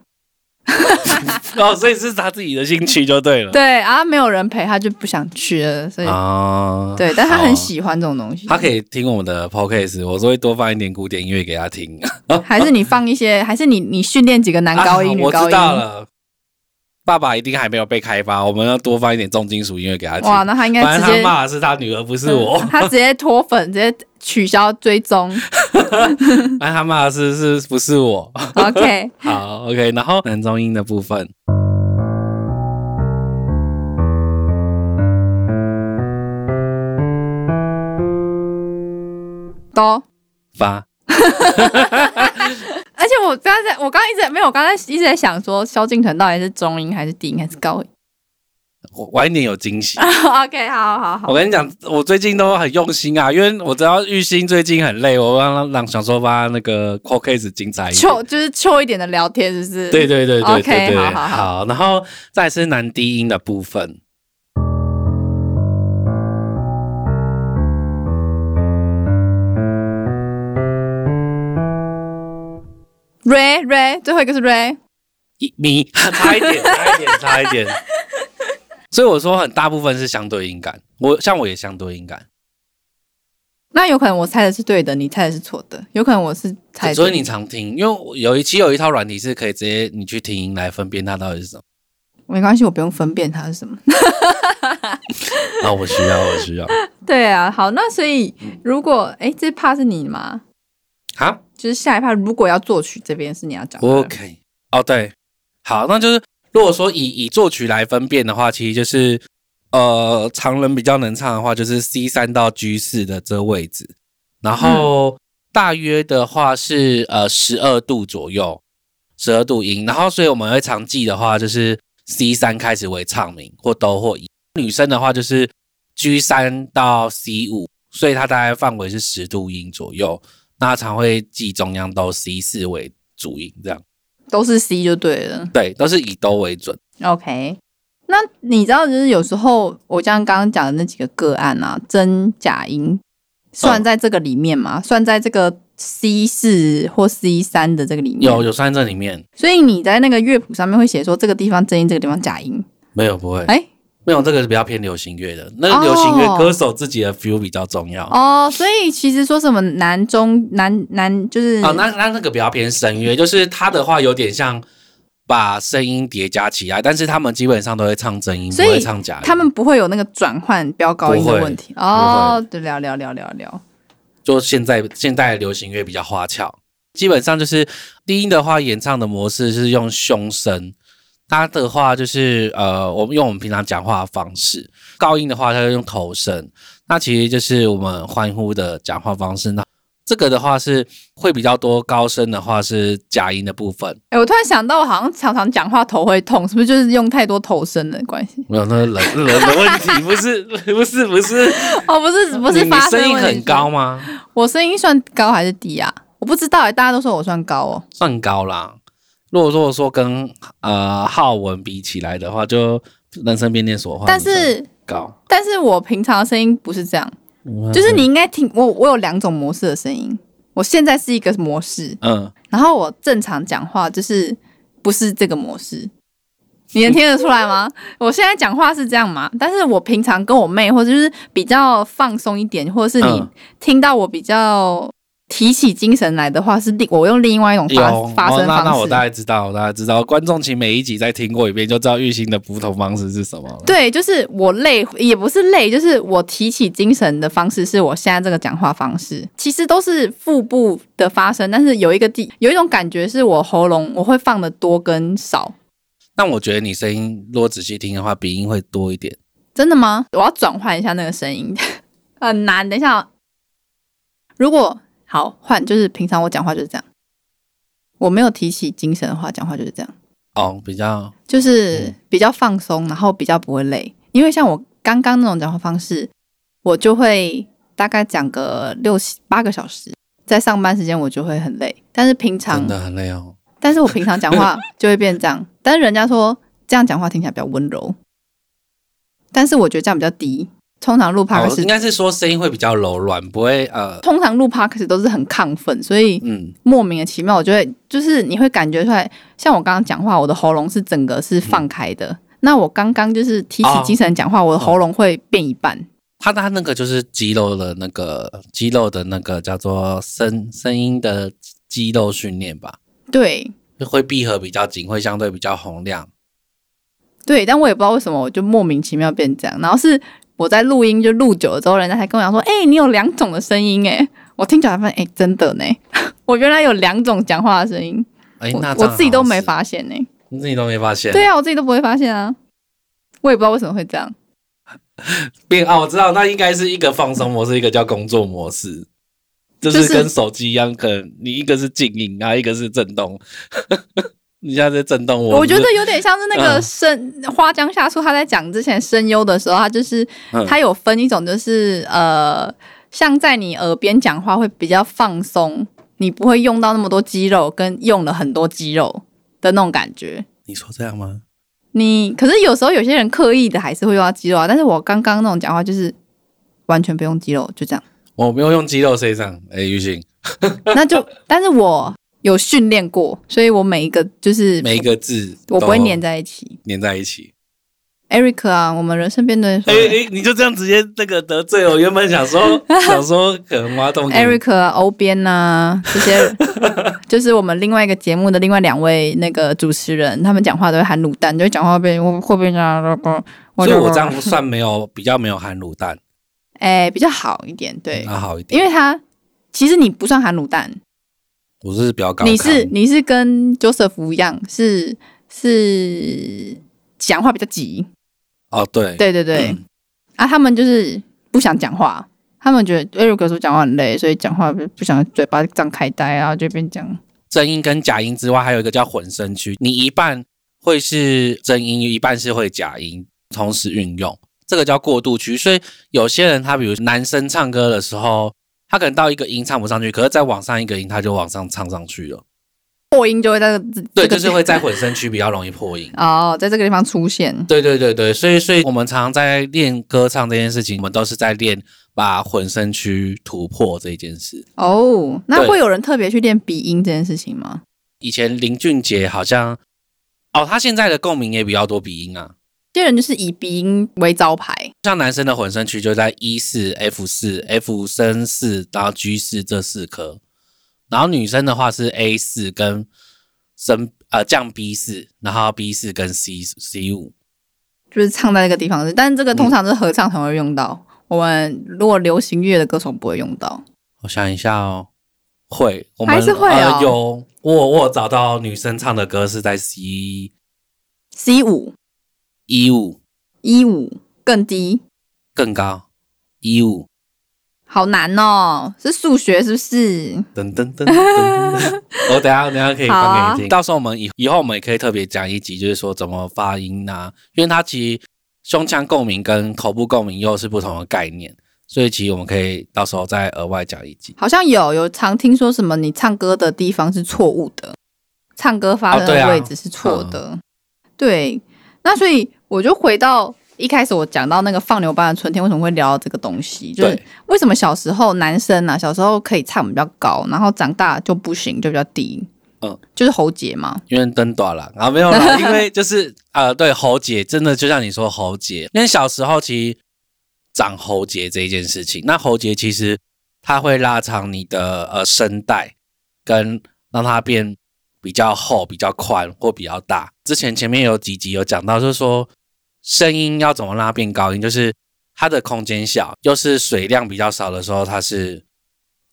Speaker 2: 哦，所以是他自己的兴趣就对了。
Speaker 1: 对啊，没有人陪他就不想去了，所以、
Speaker 2: 啊，
Speaker 1: 对，但他
Speaker 2: 好
Speaker 1: 很喜欢这种东西。
Speaker 2: 他可以听我们的 podcast，我说会多放一点古典音乐给他听。啊
Speaker 1: 还是你放一些，还是你你训练几个男高音、女
Speaker 2: 我
Speaker 1: 高音？
Speaker 2: 知道了。爸爸一定还没有被开发，我们要多放一点重金属音乐给他听。
Speaker 1: 哇，那他应该
Speaker 2: 反
Speaker 1: 直
Speaker 2: 正他
Speaker 1: 接
Speaker 2: 骂的是他女儿，不是
Speaker 1: 嗯
Speaker 2: 我。
Speaker 1: 他直接脱粉，直接取消追 踪。嗯
Speaker 2: 反正他骂的是是不是我？
Speaker 1: OK，
Speaker 2: 好，OK。然后男中音的部分，
Speaker 1: 都。
Speaker 2: 发
Speaker 1: 而且我刚才，我刚刚一直没有，我刚才一直在想说，萧敬腾到底是中音还是低音还是高音
Speaker 2: 我晚一点有惊喜。
Speaker 1: 啊？OK，好好好
Speaker 2: 我，跟你讲，我最近都很用心啊，因为我知道玉兴最近很累，我让让想说把那个 c o case 精彩一点。
Speaker 1: 秋就是秋一点的聊天，是不是？
Speaker 2: 对对对对对
Speaker 1: OK，
Speaker 2: 对
Speaker 1: 好好好
Speaker 2: 然后再来是男低音的部分，
Speaker 1: ，Ray Ray，最后一个是 Ray，
Speaker 2: 一米差一点，差一点，差一点。所以我说很大部分是相对音感，我像我也相对音感，
Speaker 1: 那有可能我猜的是对的，你猜的是错的，有可能我是猜的。
Speaker 2: 所以你常听，因为我有一期有一套软体是可以直接你去听音来分辨它到底是什么。
Speaker 1: 没关系，我不用分辨它是什么。
Speaker 2: 啊，我需要，我需要。
Speaker 1: 对啊，好，那所以如果哎，这怕是你吗？
Speaker 2: 好
Speaker 1: 就是下一趴，如果要作曲这边是你要讲的。
Speaker 2: ，OK，哦对，好，那就是如果说以以作曲来分辨的话，其实就是呃常人比较能唱的话，就是 C 三到 G 四的这位置，然后
Speaker 1: 嗯
Speaker 2: 大约的话是呃十二度左右，十二度音，然后所以我们会常记的话就是 C 三开始为唱名或哆或一，女生的话就是 G 三到 C 五，所以它大概范围是十度音左右。那常会记中央哆 C 四为主音，这样
Speaker 1: 都是 C 就对了。
Speaker 2: 对，都是以哆为准。
Speaker 1: OK，那你知道，就是有时候我像刚刚讲的那几个个案啊，真假音算在这个里面
Speaker 2: 嗯
Speaker 1: 吗？算在这个 C 四或 C 三的这个里面？
Speaker 2: 有。有算在这里面
Speaker 1: 所以你在那个乐谱上面会写说这个地方真音，这个地方假音。
Speaker 2: 没有不会，
Speaker 1: 哎、
Speaker 2: 没有这个是比较偏流行乐的，那
Speaker 1: 哦
Speaker 2: 个流行乐歌手自己的 feel 比较重要。哦，
Speaker 1: 哦，所以其实说什么男中男男就是
Speaker 2: 啊哦那那那个比较偏声乐，就是它的话有点像把声音叠加起来，但是他们基本上都会唱真音，不
Speaker 1: 所以
Speaker 2: 会唱假音。
Speaker 1: 他们不会有那个转换飙高音的
Speaker 2: 不会
Speaker 1: 问题哦。对，聊聊聊聊聊。
Speaker 2: 就现在现代的流行乐比较花俏，基本上就是低音的话，演唱的模式是用胸声。它的话就是呃，我们用我们平常讲话的方式；高音的话，它就用头声。那其实就是我们欢呼的讲话方式。那这个的话是会比较多，高声的话是假音的部分，
Speaker 1: 哎、我突然想到，我好像常常讲话头会痛，是不是就是用太多头声的关 系？
Speaker 2: 没有那是人是人的问题，不是不是不是，
Speaker 1: 哦，不是 不
Speaker 2: 你
Speaker 1: 是
Speaker 2: 你
Speaker 1: 发声
Speaker 2: 声音
Speaker 1: 问题
Speaker 2: 很高，吗？
Speaker 1: 我声音算高还是低啊？我不知道哎、大家都说我算高哦。
Speaker 2: 算高啦。如果说说跟呃浩文比起来的话，就人生变电所话，
Speaker 1: 但
Speaker 2: 女生
Speaker 1: 是
Speaker 2: 高，
Speaker 1: 但是我平常的声音不是这样，就是你应该听我，我有两种模式的声音。我现在是一个模式，
Speaker 2: 嗯，
Speaker 1: 然后我正常讲话就是不是这个模式，你能听得出来吗？我现在讲话是这样嘛，但是我平常跟我妹或者就是比较放松一点，或者是你
Speaker 2: 嗯
Speaker 1: 听到我比较提起精神来的话，是另我用另外一种
Speaker 2: 有
Speaker 1: 发发
Speaker 2: 哦
Speaker 1: 声
Speaker 2: 那那我
Speaker 1: 方式。
Speaker 2: 大概知道，我大概知道。观众请每一集再听过一遍，就知道玉兴的补桶方式是什么了。
Speaker 1: 对，就是我累，也不是累，就是我提起精神的方式是我现在这个讲话方式，其实都是腹部的发声，但是有一个地有一种感觉是我喉咙我会放的多跟少，
Speaker 2: 那我觉得你声音如果仔细听的话，鼻音会多一点。
Speaker 1: 真的吗？我要转换一下那个声音，很难。等一下哦，如果好换，就是平常我讲话就是这样，我没有提起精神的话，讲话就是这样，
Speaker 2: 哦，比较嗯
Speaker 1: 就是比较放松，然后比较不会累。因为像我刚刚那种讲话方式，我就会大概讲个六七八个小时，在上班时间我就会很累，但是平常
Speaker 2: 真，的很累哦。
Speaker 1: 但是我平常讲话就会变这样，但是人家说这样讲话听起来比较温柔，但是我觉得这样比较低。通常录 p
Speaker 2: 哦
Speaker 1: o d
Speaker 2: 应该是说声音会比较柔软，不会呃，
Speaker 1: 通常录 podcast 都是很亢奋，所以
Speaker 2: 嗯，
Speaker 1: 莫名的其妙，我觉得就是你会感觉出来，像我刚刚讲话，我的喉咙是整个是放开的。那我刚刚就是提
Speaker 2: 啊
Speaker 1: 起精神讲话，我的喉咙会变一半。
Speaker 2: 他他那个就是肌肉的那个肌肉的那个叫做声声音的肌肉训练吧，
Speaker 1: 对
Speaker 2: 会闭合比较紧，会相对比较洪亮。
Speaker 1: 对，但我也不知道为什么，我就莫名其妙变这样。然后是我在录音就录久了之后，人家才跟我讲说：“哎、你有两种的声音。”哎，我听起来发现，哎、真的呢， 我原来有两种讲话的声音，
Speaker 2: 哎，
Speaker 1: 我
Speaker 2: 那这
Speaker 1: 我
Speaker 2: 样
Speaker 1: 自己都
Speaker 2: 好像
Speaker 1: 没
Speaker 2: 是，
Speaker 1: 发现呢。
Speaker 2: 你自己都没发现，
Speaker 1: 对啊，我自己都不会发现啊，我也不知道为什么会这样。
Speaker 2: 变啊，我知道，那应该是一个放松模式，一个叫工作模式，就
Speaker 1: 就是是
Speaker 2: 跟手机一样，可能你一个是静音啊，一个是震动。 你现在在震动我，
Speaker 1: 我觉
Speaker 2: 不
Speaker 1: 得
Speaker 2: 是
Speaker 1: 有点像是那个
Speaker 2: 嗯
Speaker 1: 声、花江夏树，他在讲之前声优的时候，他就是、
Speaker 2: 嗯
Speaker 1: 他有分一种，就是呃，像在你耳边讲话会比较放松，你不会用到那么多肌肉，跟用了很多肌肉的那种感觉。
Speaker 2: 你说这样吗？
Speaker 1: 你可是有时候有些人刻意的还是会用到肌肉啊，但是我刚刚那种讲话就是完全不用肌肉，就这样。
Speaker 2: 我没有用肌肉身上，哎，于行，
Speaker 1: 那 就但是我有训练过，所以我每一个就是
Speaker 2: 每一个哦字
Speaker 1: 我不会
Speaker 2: 都
Speaker 1: 粘在一起。
Speaker 2: 粘在一起。
Speaker 1: Eric 啊，我们人生辩论。
Speaker 2: 哎哎，你就这样直接那个得罪我。原本 想说想说可能挖洞给你
Speaker 1: Eric 啊、欧边呐、这 些，就是我们另外一个节目的另外两位那个主持人，他们讲话都会含卤蛋，就会讲话被会会被这样，
Speaker 2: 所以我这样算没有比较没有含卤蛋，
Speaker 1: 哎、比较好一点，对，
Speaker 2: 那好一点。
Speaker 1: 因为他其实你不算含卤蛋，
Speaker 2: 我是比较高亢，
Speaker 1: 你是你是跟 Joseph 一样，是是讲话比较急，
Speaker 2: 哦对
Speaker 1: 对对对，啊，他们就是不想讲话。他们觉得哎 Eric 说讲话很累，所以讲话不想嘴巴张开呆啊，就边讲
Speaker 2: 真音跟假音之外，还有一个叫混声区，你一半会是真音，一半是会假音，同时运用，这个叫过渡区。所以有些人他比如男生唱歌的时候，他可能到一个音唱不上去，可是再往上一个音他就往上唱上去了。
Speaker 1: 破音就会在这个
Speaker 2: 对，
Speaker 1: 这个
Speaker 2: 就是会在混声区比较容易破音。
Speaker 1: 哦，在这个地方出现。
Speaker 2: 对对对对，所以所以我们常常在练歌唱这件事情，我们都是在练把混声区突破这一件事。
Speaker 1: 哦，那
Speaker 2: 对
Speaker 1: 会有人特别去练鼻音这件事情吗？
Speaker 2: 以前林俊杰好像，哦，他现在的共鸣也比较多鼻音啊，
Speaker 1: 有些人就是以鼻音为招牌，
Speaker 2: 像男生的混声区就在 E 四、F 四、F 升四，然后 G 四这四颗，然后女生的话是 A 四跟升呃降 B 四，然后 B 四跟 C C 五。
Speaker 1: 就是唱在那个地方。但这个通常是合唱才会用到，我们如果流行乐的歌手不会用到。
Speaker 2: 我想一下哦，会，我们
Speaker 1: 还是会哦
Speaker 2: 呃、有我我有找到女生唱的歌是在 C
Speaker 1: C 五
Speaker 2: 一五
Speaker 1: 一五更低，
Speaker 2: 更高一五
Speaker 1: 好难哦，是数学是不是？
Speaker 2: 噔噔噔噔噔，我等一下等一下可以
Speaker 1: 好啊
Speaker 2: 放给你听。到时候我们以以后我们也可以特别讲一集，就是说怎么发音啊，因为它其实胸腔共鸣跟口部共鸣又是不同的概念，所以其实我们可以到时候再额外讲一集。
Speaker 1: 好像有有常听说什么你唱歌的地方是错误的，唱歌发声
Speaker 2: 哦对
Speaker 1: 的
Speaker 2: 啊嗯
Speaker 1: 位置是错的。对，那所以我就回到一开始我讲到那个放牛班的春天，为什么会聊到这个东西？就是
Speaker 2: 对
Speaker 1: 为什么小时候男生啊，小时候可以唱比较高，然后长大就不行，就比较低。
Speaker 2: 嗯，
Speaker 1: 就是喉结嘛。
Speaker 2: 因为灯短了，然后没有啦，因为就是呃，对喉结真的就像你说喉结，因为小时候其实长喉结这一件事情，那喉结其实它会拉长你的呃声带，跟让它变比较厚、比较宽或比较大。之前前面有几集有讲到，就是说声音要怎么让它变高音，就是它的空间小，又是水量比较少的时候，它是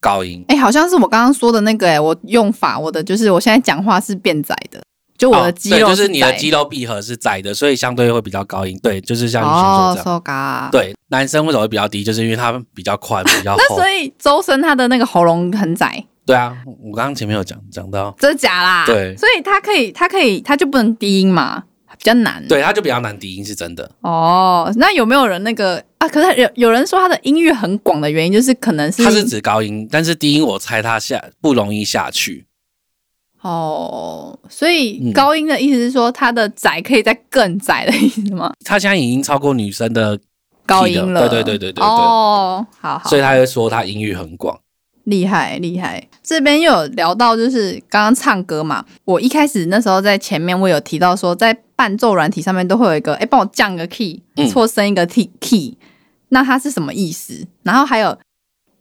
Speaker 2: 高音。
Speaker 1: 哎、好像是我刚刚说的那个哎、我用法我的就是我现在讲话是变窄的，就我的肌肉
Speaker 2: 哦对就是你的
Speaker 1: 窄
Speaker 2: 肌肉闭合是窄的，所以相对会比较高音。对，就是像你先说
Speaker 1: 哦
Speaker 2: 这样。
Speaker 1: ，so ga。
Speaker 2: 对，男生为什么会比较低，就是因为他们比较宽，比较
Speaker 1: 那
Speaker 2: 厚
Speaker 1: 所。以周深他的那个喉咙很窄，
Speaker 2: 对啊，我刚刚前面有讲讲到，
Speaker 1: 真的假啦？
Speaker 2: 对
Speaker 1: 所以他可以，他可以，他就不能低音嘛，比较难。
Speaker 2: 对，他就比较难低音是真的。
Speaker 1: 哦，那有没有人那个啊？可是有有人说他的音域很广的原因，就是可能是
Speaker 2: 他是指高音，但是低音我猜他下不容易下去。
Speaker 1: 哦，所以
Speaker 2: 嗯
Speaker 1: 高音的意思是说他的窄可以再更窄的意思吗？
Speaker 2: 他现在已经超过女生嗯的，
Speaker 1: 高音了，
Speaker 2: 对对对对对对
Speaker 1: 哦，好好，
Speaker 2: 所以他会说他音域很广。
Speaker 1: 厉害厉害。这边又有聊到，就是刚刚唱歌嘛，我一开始那时候在前面我有提到说，在伴奏软体上面都会有一个，哎、帮我降个 key，
Speaker 2: 嗯
Speaker 1: 错升一个 key key，、那它是什么意思？然后还有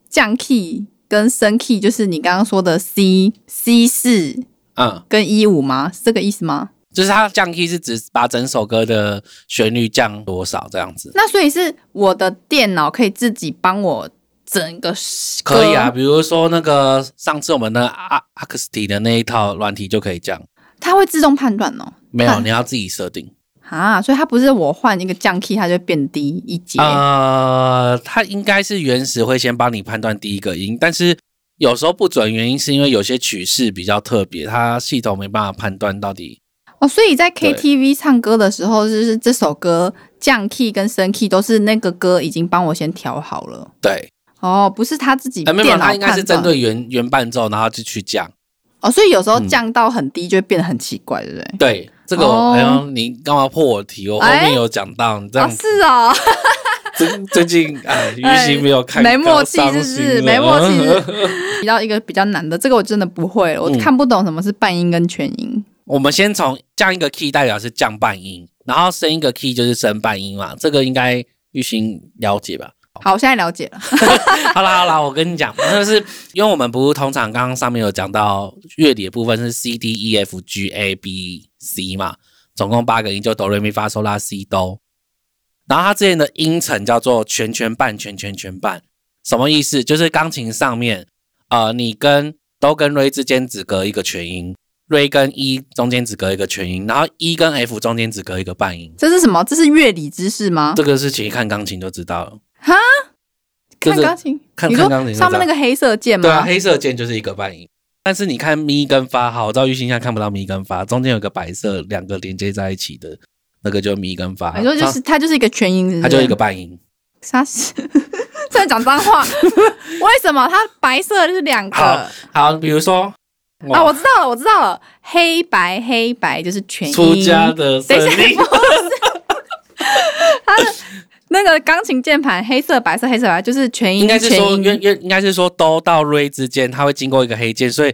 Speaker 1: 降 key 跟升 key，就是你刚刚说的 C C 四
Speaker 2: 嗯，
Speaker 1: 跟一五吗？是这个意思吗？
Speaker 2: 就是他降 key 是指把整首歌的旋律降多少这样子。
Speaker 1: 那所以是我的电脑可以自己帮我整个歌
Speaker 2: 可以啊，，比如说那个上次我们的阿阿克斯提的那一套软体就可以降，
Speaker 1: 它会自动判断哦。
Speaker 2: 没有
Speaker 1: 看
Speaker 2: 你要自己设定。
Speaker 1: 啊，所以它不是我换一个降 key 它就变低一阶、
Speaker 2: 啊呃，它应该是原始会先帮你判断第一个音，但是有时候不准原因是因为有些曲式比较特别，它系统没办法判断到底。
Speaker 1: 哦。所以在
Speaker 2: 对
Speaker 1: KTV 唱歌的时候，就是这首歌降 key 跟升 key 都是那个歌已经帮我先调好了
Speaker 2: 对，
Speaker 1: 哦，不是他自己
Speaker 2: 呃，
Speaker 1: 电
Speaker 2: 没
Speaker 1: 脑
Speaker 2: 有没有，
Speaker 1: 判断。
Speaker 2: 它应该是针对原原伴奏，然后就去降。
Speaker 1: 哦，所以有时候
Speaker 2: 嗯
Speaker 1: 降到很低就会变得很奇怪，对不对？
Speaker 2: 对，这个
Speaker 1: 哦
Speaker 2: 我哎呦，你干嘛破我题？我后
Speaker 1: 哎
Speaker 2: 面有讲到，你这
Speaker 1: 哦，
Speaker 2: 样
Speaker 1: 是哦，
Speaker 2: 最最近哎，于
Speaker 1: 哎
Speaker 2: 心没有看，
Speaker 1: 没默契是不是？没默契是
Speaker 2: 是。
Speaker 1: 不 是。提到一个比较难的，这个我真的不会了，我
Speaker 2: 嗯
Speaker 1: 看不懂什么是半音跟全音。
Speaker 2: 我们先从降一个 key 代表是降半音，然后升一个 key 就是升半音嘛，这个应该玉心了解吧？
Speaker 1: 好，我现在了解了。
Speaker 2: 好啦好啦，我跟你讲，就是因为我们不是通常刚刚上面有讲到乐理的部分是 C D E F G A B C 嘛，总共八个音就哆瑞咪发嗦拉西哆。然后它之前的音程叫做全全半全全全半，什么意思？就是钢琴上面，呃，你跟哆跟瑞之间只隔一个全音，瑞跟一、中间只隔一个全音，然后一、跟 F 中间只隔一个半音。
Speaker 1: 这是什么？这是乐理知识吗？
Speaker 2: 这个事情看钢琴就知道了。
Speaker 1: 哈，
Speaker 2: 就
Speaker 1: 看
Speaker 2: 是
Speaker 1: 钢琴，
Speaker 2: 看
Speaker 1: 你
Speaker 2: 看钢
Speaker 1: 说
Speaker 2: 琴就
Speaker 1: 上面
Speaker 2: 这
Speaker 1: 那
Speaker 2: 样
Speaker 1: 个黑色键吗？
Speaker 2: 对啊，黑色键就是一个半音。但是你看咪跟发，好，我知道玉兴现在看不到咪跟发，中间有个白色，两个连接在一起的那个就是咪跟发。
Speaker 1: 你说就是它就是一个全音是不是，
Speaker 2: 它，它就一个半音。
Speaker 1: 它 是在讲脏话，为什么它白色就是两个
Speaker 2: 好
Speaker 1: 啊？
Speaker 2: 好，比如说哇
Speaker 1: 我知道了，我知道了，黑白黑白就是全音。
Speaker 2: 出家
Speaker 1: 等
Speaker 2: 的森
Speaker 1: 一下，
Speaker 2: 林
Speaker 1: 不，是它的那个钢琴键盘黑色白色黑色白色就是全音，
Speaker 2: 应该是说
Speaker 1: 全音
Speaker 2: 原原应该是说哆到瑞之间，它会经过一个黑键，所以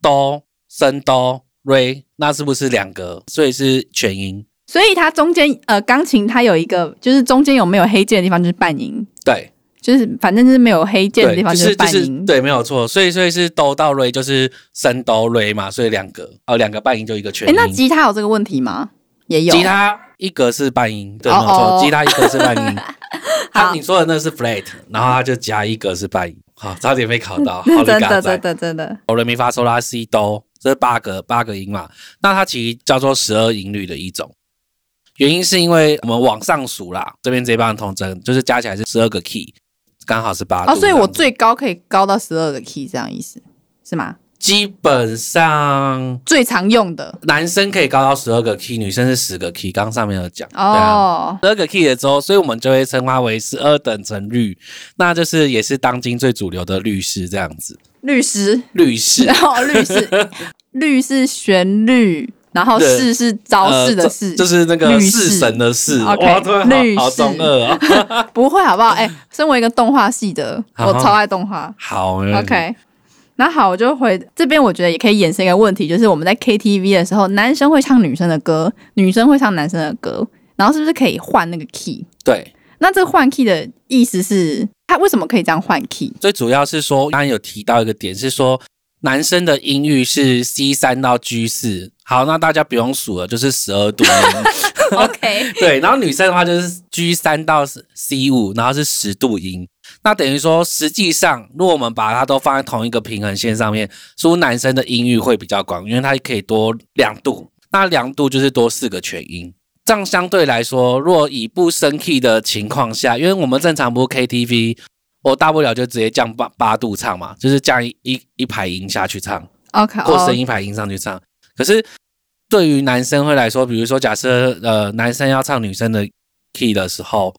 Speaker 2: 哆升哆瑞，那是不是两个？所以是全音。
Speaker 1: 所以它中间呃钢琴它有一个就是中间有没有黑键的地方就是半音。
Speaker 2: 对，
Speaker 1: 就是反正就是没有黑键的
Speaker 2: 对，
Speaker 1: 地方
Speaker 2: 就是
Speaker 1: 半音，
Speaker 2: 对，没有错。所以所以是哆到瑞就是升哆瑞嘛，所以两个哦，两个半音就一个全
Speaker 1: 哎、
Speaker 2: 音。
Speaker 1: 那吉他有这个问题吗？也有。
Speaker 2: 吉他一格是半音，对，
Speaker 1: 哦
Speaker 2: 没有错
Speaker 1: 哦
Speaker 2: 吉他一格是 半音。
Speaker 1: 好
Speaker 2: 他你说的那是 flat，然后他就加一格是半音， 好，差点被考啊到，好
Speaker 1: 真的
Speaker 2: 的嘎
Speaker 1: 真
Speaker 2: 仔，
Speaker 1: 的真的
Speaker 2: 哆来咪发嗦拉西哆，这是八个八个音嘛，那它其实叫做十二音律的一种。原因是因为我们往上数啦，这边这一棒同针就是加起来是十二个 key，刚好是八度
Speaker 1: 哦，
Speaker 2: 这样子。
Speaker 1: 所以我最高可以高到十二个 key，这样意思是吗？
Speaker 2: 基本上
Speaker 1: 最常用的
Speaker 2: 男生可以高到十二个 key，女生是十个 key。刚上面有讲，对啊，
Speaker 1: 哦，
Speaker 2: 十二、个 key 了之后，所以我们就会称它为十二等程律，那就是也是当今最主流的律师这样子。
Speaker 1: 律师，
Speaker 2: 律 师
Speaker 1: 然后律 师，律是旋律，然后
Speaker 2: 对
Speaker 1: 士是招式的
Speaker 2: 呃这
Speaker 1: 士，
Speaker 2: 就是那个
Speaker 1: 律师
Speaker 2: 式神的式。
Speaker 1: OK，
Speaker 2: 哇，突然
Speaker 1: 律
Speaker 2: 好
Speaker 1: 师
Speaker 2: 好中二 哦。
Speaker 1: 不会好不好？哎、身为一个动画系的，
Speaker 2: 好嗯
Speaker 1: 我超爱动画。
Speaker 2: 好没问题
Speaker 1: OK，那好，我就回这边，我觉得也可以衍生一个问题，就是我们在 KTV 的时候，男生会唱女生的歌，女生会唱男生的歌，然后是不是可以换那个 key？
Speaker 2: 对，
Speaker 1: 那这个换 key 的意思是，它他为什么可以这样换 key？
Speaker 2: 最主要是说，刚刚有提到一个点是说，男生的音域是 C 三到 G 四。好，那大家不用数了，就是十 二度音。
Speaker 1: OK，
Speaker 2: 对，然后女生的话就是 G 三到 C 五，然后是十度音。那等于说，实际上如果我们把它都放在同一个平衡线上面，似乎男生的音域会比较广，因为它可以多两度，那两度就是多四个全音。这样相对来说，若以不升 key 的情况下，因为我们正常不是 KTV，我大不了就直接降八八度唱嘛，就是降一一一排音下去唱。
Speaker 1: OK，
Speaker 2: 或
Speaker 1: 哦
Speaker 2: 声音排音上去唱。可是对于男生会来说，比如说假设呃男生要唱女生的 key 的时候，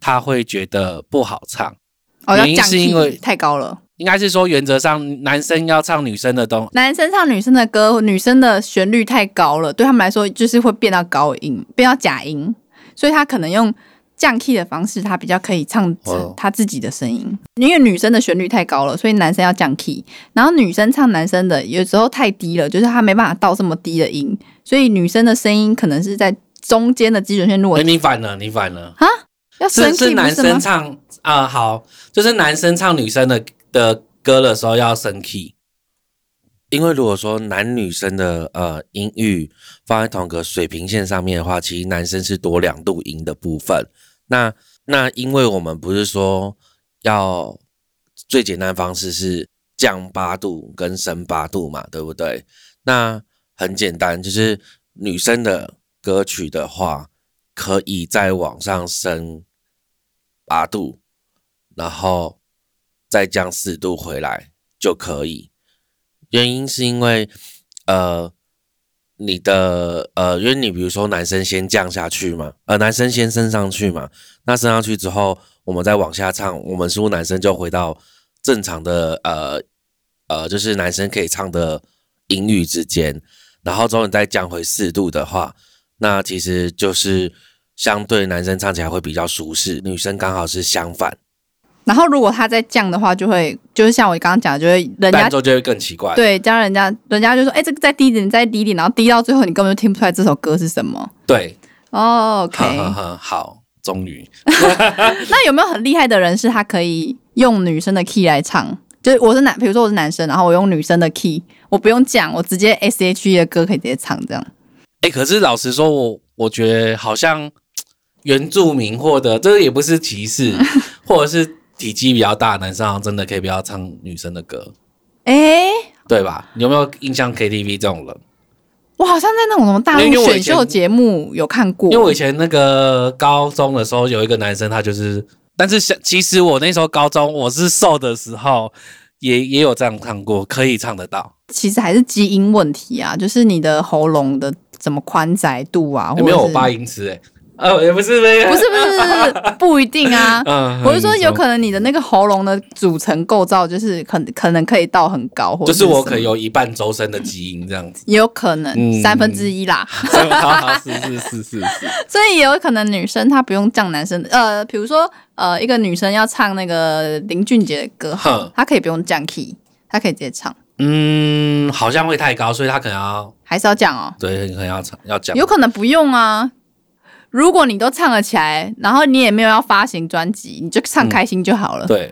Speaker 2: 他会觉得不好唱。
Speaker 1: 哦，要
Speaker 2: 原因
Speaker 1: 降
Speaker 2: 是因为
Speaker 1: key 太高了。
Speaker 2: 应该是说原则上男生要唱女生的东，
Speaker 1: 男生唱女生的歌，女生的旋律太高了，对他们来说就是会变到高音，变到假音，所以他可能用降 key 的方式，他比较可以唱
Speaker 2: 哦
Speaker 1: 成他自己的声音。因为女生的旋律太高了，所以男生要降 key，然后女生唱男生的有时候太低了，就是他没办法到这么低的音，所以女生的声音可能是在中间的基准线，如果
Speaker 2: 哎，你反了，你反了，
Speaker 1: 要升
Speaker 2: 是
Speaker 1: key
Speaker 2: 是
Speaker 1: 不
Speaker 2: 男
Speaker 1: 是吗
Speaker 2: 生？唱啊、好，就是男生唱女生的的歌的时候要升 key。
Speaker 3: 因为如果说男女生的呃音域放在同个水平线上面的话，其实男生是多两度音的部分。那那因为我们不是说要最简单的方式是降八度跟升八度嘛，对不对？那很简单，就是女生的歌曲的话，可以再往上升八度，然后再降四度回来就可以。原因是因为，呃，你的呃，因为你比如说男生先降下去嘛，呃，男生先升上去嘛，那升上去之后，我们再往下唱，我们似乎男生就回到正常的呃呃，就是男生可以唱的音域之间，然后之后你再降回四度的话，那其实就是相对男生唱起来会比较舒适，女生刚好是相反，
Speaker 1: 然后如果他再降的话，就会就是像我刚刚讲的，就会人家
Speaker 2: 伴奏就会更奇怪。
Speaker 1: 对，加人家人家就说，哎、这个再低一点，你再低一点，然后低到最后你根本就听不出来这首歌是什么。
Speaker 2: 对，
Speaker 1: 哦、o
Speaker 2: 哈
Speaker 1: k
Speaker 2: 哈哈，好，终于
Speaker 1: 那有没有很厉害的人是他可以用女生的 key 来唱？就是我是男，比如说我是男生，然后我用女生的 key，我不用讲，我直接 S H E 的歌可以直接唱这样。
Speaker 2: 哎、可是老实说我，我觉得好像原住民或者这也不是歧视，或者是体积比较大的男生，好像真的可以不要唱女生的歌，
Speaker 1: 哎、
Speaker 2: 对吧？你有没有印象 KTV 这种人？
Speaker 1: 我好像在那种什么大
Speaker 2: 因为
Speaker 1: 陆
Speaker 2: 因为我以
Speaker 1: 选
Speaker 2: 前
Speaker 1: 秀节目有看过，
Speaker 2: 因为我以前那个高中的时候，有一个男生，他就是，但是想其实我那时候高中我是瘦的时候，也也有这样唱过，可以唱得到。
Speaker 1: 其实还是基因问题啊，就是你的喉咙的怎么宽窄度啊，或者
Speaker 2: 有没
Speaker 1: 是
Speaker 2: 有我八音痴、 欸？哎，呃，也不是没有，，
Speaker 1: 不是不是不是不一定啊
Speaker 2: 嗯，
Speaker 1: 我是说，
Speaker 2: 你
Speaker 1: 有可能你的那个喉咙的组成构造，就是可可能可以到很高，或者
Speaker 2: 就是我可
Speaker 1: 能
Speaker 2: 能有一半周身的基因这样子。
Speaker 1: 也有可能、
Speaker 2: 嗯
Speaker 1: 三分之一啦，
Speaker 2: 是是是是是，
Speaker 1: 所以也有可能女生她不用降男生的，呃，比如说呃，一个女生要唱那个林俊杰的歌好
Speaker 2: 哼
Speaker 1: 了，她可以不用降 key，她可以直接唱，
Speaker 2: 嗯，好像会太高，所以他可能要
Speaker 1: 还是要降哦，
Speaker 2: 对，可能要唱要讲
Speaker 1: 有可能不用啊。如果你都唱了起来，然后你也没有要发行专辑，你就
Speaker 2: 嗯
Speaker 1: 唱开心就好了。
Speaker 2: 对，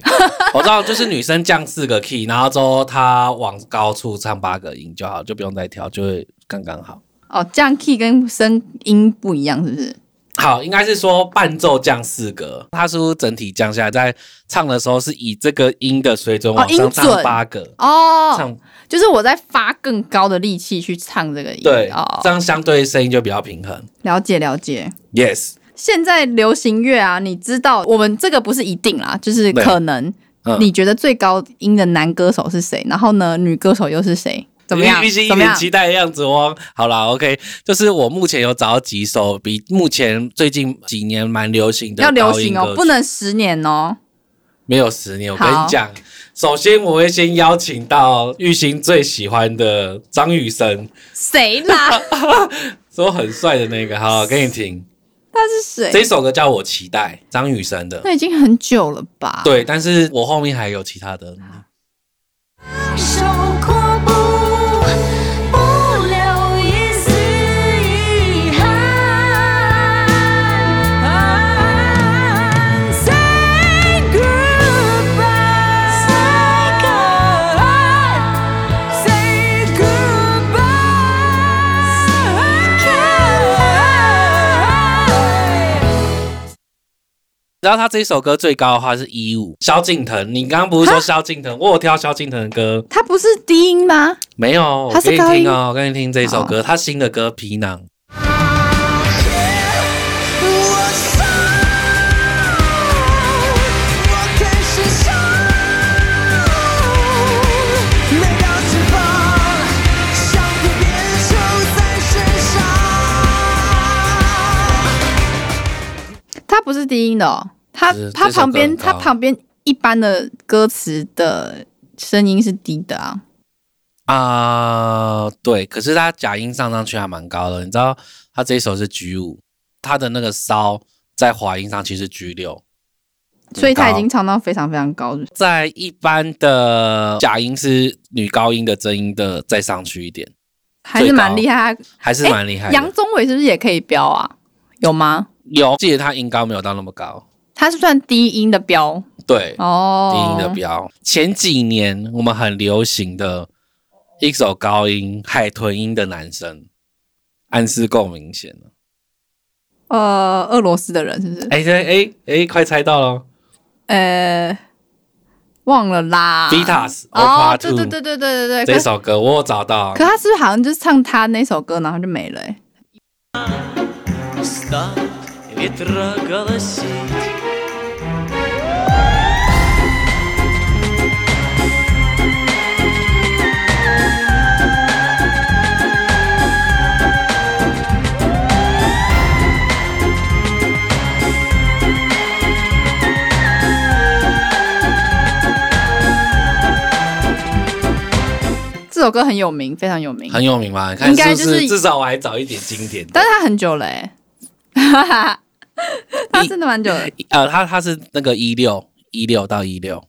Speaker 2: 我知道就是女生降四个 key，然后之后她往高处唱八个音就好，就不用再调，就会刚刚好。
Speaker 1: 哦，降 key 跟声音不一样，是不是？
Speaker 2: 好，应该是说伴奏降四格，他是不是整体降下来，在唱的时候是以这个音的水准往
Speaker 1: 哦
Speaker 2: 上
Speaker 1: 音
Speaker 2: 唱
Speaker 1: 准
Speaker 2: 八个，
Speaker 1: 哦，
Speaker 2: 唱
Speaker 1: 就是我在发更高的力气去唱这个音。
Speaker 2: 对，
Speaker 1: 哦
Speaker 2: 这，样相对声音就比较平衡。
Speaker 1: 了解了解。
Speaker 2: Yes，
Speaker 1: 现在流行乐啊，你知道我们这个不是一定啦，就是
Speaker 2: 对
Speaker 1: 可能
Speaker 2: 嗯
Speaker 1: 你觉得最高音的男歌手是谁，然后呢，女歌手又是谁？怎么样
Speaker 2: 预预期？一
Speaker 1: 怎么
Speaker 2: 脸
Speaker 1: 样？
Speaker 2: 期待的样子哦。好啦 o k 就是我目前有找到几首比目前最近几年蛮流行的
Speaker 1: 要流
Speaker 2: 高音
Speaker 1: 行
Speaker 2: 歌
Speaker 1: 哦，
Speaker 2: 曲
Speaker 1: 不能十年哦。
Speaker 2: 没有十年。我跟
Speaker 1: 好
Speaker 2: 你讲，首先我会先邀请到玉兴最喜欢的张雨生，
Speaker 1: 谁啦？
Speaker 2: 说很帅的那个，好，给你听。
Speaker 1: 他是谁？
Speaker 2: 这首歌叫我期待，张雨生的。
Speaker 1: 那已经很久了吧？，
Speaker 2: 对，但是我后面还有其他的。
Speaker 4: 手阔步，不留一丝遗憾。Say g o o
Speaker 2: 只要他这一首歌最高的话是一五。萧敬腾，你刚刚不是说萧敬腾？我有挑萧敬腾的歌，
Speaker 1: 它不是低音吗？
Speaker 2: 没有？我
Speaker 1: 他是
Speaker 2: 给你
Speaker 1: 高音
Speaker 2: 听哦，我给你听这一首歌，他新的歌《皮囊》。
Speaker 4: 我伤，我开始伤，每道翅膀像片蝙蝠在身上。
Speaker 1: 它不是低音的哦，它
Speaker 2: 不是
Speaker 1: 它
Speaker 2: 这首歌
Speaker 1: 旁边
Speaker 2: 很高
Speaker 1: 它旁边一般的歌词的声音是低的啊。
Speaker 2: 啊、对，可是他假音上上去还蛮高的，你知道他这一首是 G 五，他的那个骚在滑音上其实是 G 六，
Speaker 1: 所以他已
Speaker 2: 高
Speaker 1: 经唱到非常非常高了。
Speaker 2: 在一般的假音是女高音的真音的再上去一点，
Speaker 1: 还是蛮厉害。
Speaker 2: 还是蛮厉害的。
Speaker 1: 杨宗纬是不是也可以飙啊？有吗？
Speaker 2: 有记得他音高没有到那么高，
Speaker 1: 他是算低音的飙
Speaker 2: 对，
Speaker 1: 哦，
Speaker 2: 低音的标。前几年我们很流行的一首高音海豚音的男生，暗示够明显了。
Speaker 1: 呃，俄罗斯的人是不是？
Speaker 2: 哎哎哎哎，快猜到了。
Speaker 1: 呃，忘了啦。
Speaker 2: Vitas
Speaker 1: 哦
Speaker 2: Opera，
Speaker 1: 对
Speaker 2: Two
Speaker 1: 对对对对对对。
Speaker 2: 这
Speaker 1: 可
Speaker 2: 首歌我有找到
Speaker 1: 哎可，他是不是好像就是唱他那首歌，然后就没了、欸？
Speaker 5: стал ветра голосить.
Speaker 1: 这首歌很有名，非常有名，
Speaker 2: 很有名嘛？你看
Speaker 1: 应该
Speaker 2: 是
Speaker 1: 就
Speaker 2: 不
Speaker 1: 是
Speaker 2: 是至少我还找一点经典的。
Speaker 1: 但是他很久了、 欸，他真的蛮久了。
Speaker 2: 呃，他他是那个一六一六到一六，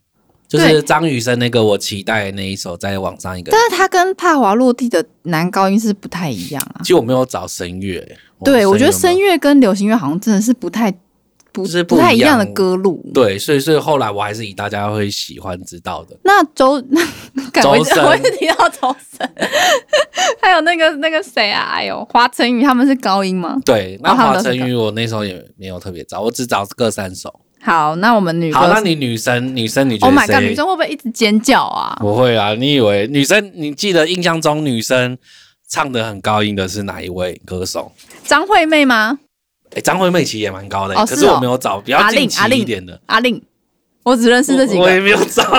Speaker 2: 就
Speaker 1: 对
Speaker 2: 是张雨生那个我期待的那一首，在网上一个。
Speaker 1: 但是他跟帕华落地的男高音是不太一样啊。
Speaker 2: 其实我没有找声乐，
Speaker 1: 对，我觉得声
Speaker 2: 乐
Speaker 1: 乐跟流行乐好像真的是不太不
Speaker 2: 就是不
Speaker 1: 不太
Speaker 2: 一
Speaker 1: 一
Speaker 2: 样
Speaker 1: 样的歌路。
Speaker 2: 没有对，所以所以后来我还是以大家会喜欢知道的。
Speaker 1: 那周 那感觉我一直
Speaker 2: 周 深
Speaker 1: 我一直提到周深， 还有那个那个谁啊，哎呦，华晨宇他们是高音吗？
Speaker 2: 对，那
Speaker 1: 哦他们
Speaker 2: 华
Speaker 1: 都是
Speaker 2: 晨
Speaker 1: 这
Speaker 2: 宇我那时候也没有特别找，我只找各三首。
Speaker 1: 好，那我们女歌
Speaker 2: 好，那你女生女生你觉
Speaker 1: ，Oh
Speaker 2: 得
Speaker 1: my
Speaker 2: 谁
Speaker 1: god，女生会不会一直尖叫啊？
Speaker 2: 不会啊，你以为女生？你记得印象中女生唱的很高音的是哪一位歌手？
Speaker 1: 张惠妹吗？
Speaker 2: 哎，张惠妹其实也蛮高的、
Speaker 1: 哦
Speaker 2: 可
Speaker 1: 是
Speaker 2: 是
Speaker 1: 哦
Speaker 2: 我没有找比较
Speaker 1: 阿
Speaker 2: 近
Speaker 1: 令
Speaker 2: 期
Speaker 1: 阿
Speaker 2: 一
Speaker 1: 令
Speaker 2: 点的，
Speaker 1: 阿令，我只认识这几
Speaker 2: 我我也
Speaker 1: 个。哦
Speaker 2: 没有找。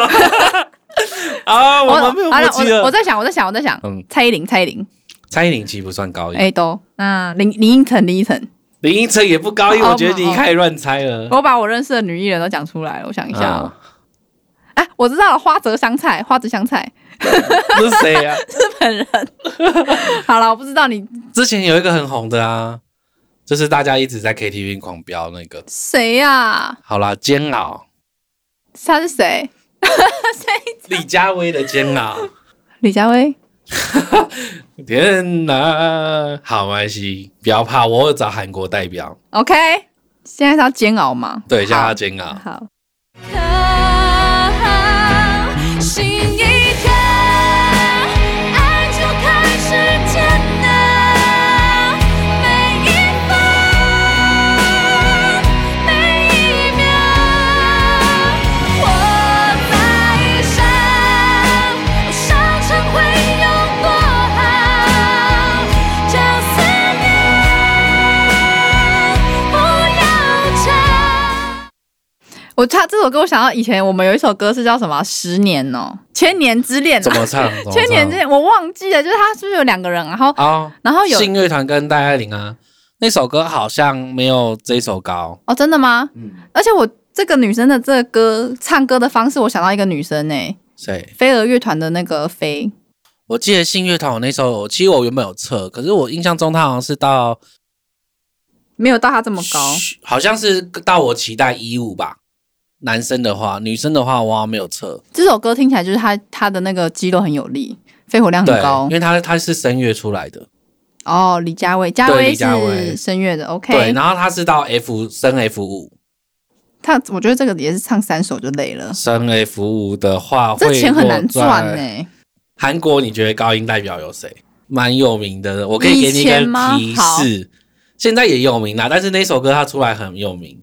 Speaker 2: 啊，我们没有
Speaker 1: 好了
Speaker 2: 默，
Speaker 1: 我
Speaker 2: 契了。
Speaker 1: 我在想，我在想，我在想，
Speaker 2: 嗯
Speaker 1: 蔡依林，蔡依林，
Speaker 2: 蔡依林其实不算高音，
Speaker 1: 哎，都，那林林依晨，林依晨，
Speaker 2: 林依晨也不高音，
Speaker 1: 哦
Speaker 2: 我觉得你
Speaker 1: 哦
Speaker 2: 开始乱猜了。
Speaker 1: 我把我认识的女艺人都讲出来了，我想一下哦，
Speaker 2: 啊，
Speaker 1: 哎，我知道了，花泽香菜，花泽香菜，
Speaker 2: 这是谁啊？
Speaker 1: 日本人。 好了，我不知道你
Speaker 2: 之前有一个很红的啊，就是大家一直在 KTV 狂飙那个。
Speaker 1: 谁呀、
Speaker 2: 好啦，煎熬，
Speaker 1: 他是谁？
Speaker 2: 李佳薇的煎 熬。
Speaker 1: 李佳薇。
Speaker 2: 天哪，好没关系，不要怕，我有找韩国代表，
Speaker 1: OK，现在是要煎熬吗？
Speaker 2: 对，叫他煎熬。
Speaker 1: 好，
Speaker 4: 可心一刻，爱就开始艰难，每一分，每一秒，活在一生，伤成会有多好？就思念，不要唱。
Speaker 1: 我唱这首歌，我想到以前我们有一首歌是叫什么啊《十年》哦，《千年之恋》
Speaker 2: 怎
Speaker 1: 啊。
Speaker 2: 么唱？怎么唱
Speaker 1: 千年之恋我忘记了，就是他是不是有两个人，然后、
Speaker 2: 哦，
Speaker 1: 然后有
Speaker 2: 信乐团跟戴爱玲啊，那首歌好像没有这首高。
Speaker 1: 哦，真的吗？
Speaker 2: 嗯
Speaker 1: 而且我这个女生的这个歌唱歌的方式，我想到一个女生呢、
Speaker 2: 谁？
Speaker 1: 飞儿乐团的那个飞，
Speaker 2: 我记得信乐团我那时候，其实我原本有测，可是我印象中他好像是到
Speaker 1: 没有到她这么高。
Speaker 2: 嘘好像是到我期待一五吧。男生的话，女生的话我好像没有测，
Speaker 1: 这首歌听起来就是他他的那个肌肉很有力，肺活量
Speaker 2: 对
Speaker 1: 很，高
Speaker 2: 因。为他他是声乐出来的，
Speaker 1: 哦，李佳薇，佳
Speaker 2: 对
Speaker 1: 薇
Speaker 2: 李佳薇
Speaker 1: 是声乐的
Speaker 2: 对，
Speaker 1: ，OK。
Speaker 2: 然后他是到 F 升 F 五，
Speaker 1: 他我觉得这个也是唱三首就累了，
Speaker 2: 升 F 五的话会
Speaker 1: 这钱很难
Speaker 2: 落
Speaker 1: 赚欸
Speaker 2: 在
Speaker 1: 呢、
Speaker 2: 韩国你觉得高音代表有谁？蛮有名的，我可以给你一
Speaker 1: 以前
Speaker 2: 个
Speaker 1: 吗
Speaker 2: 提示，现在也有名啦，但是那首歌它出来很有名。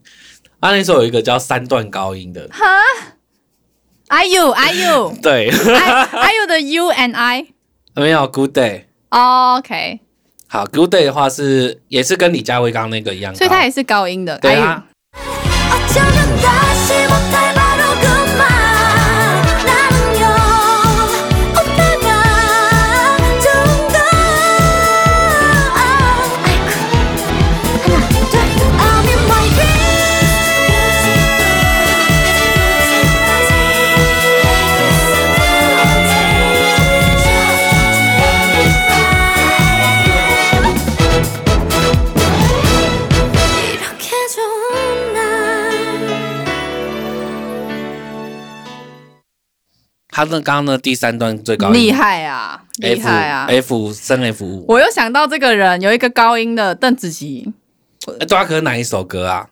Speaker 2: 他那时候有一个叫三段高音的，
Speaker 1: 哈，哎呦哎呦
Speaker 2: 对，
Speaker 1: 哎哎呦的 U and I。哦
Speaker 2: 没有 Good Day。
Speaker 1: OK，
Speaker 2: 好，Good Day 的话是也是跟李佳薇刚刚那个一样高，
Speaker 1: 所以它也是高音的。
Speaker 2: 对
Speaker 1: 哎呦
Speaker 2: 啊，
Speaker 6: 어쩌면 다시 못할 바로 그만 나는요 오빠가 좋은 걸 아이쿠 하나 둘 I'm in my dreams 이렇게 좋은 날
Speaker 2: 他那刚刚的第三段最高音
Speaker 1: 厉害啊，厉
Speaker 2: F
Speaker 1: 害啊！
Speaker 2: F 升 F 五，
Speaker 1: 我又想到这个人有一个高音的邓紫棋，
Speaker 2: 哎对啊，可是哪一首歌啊？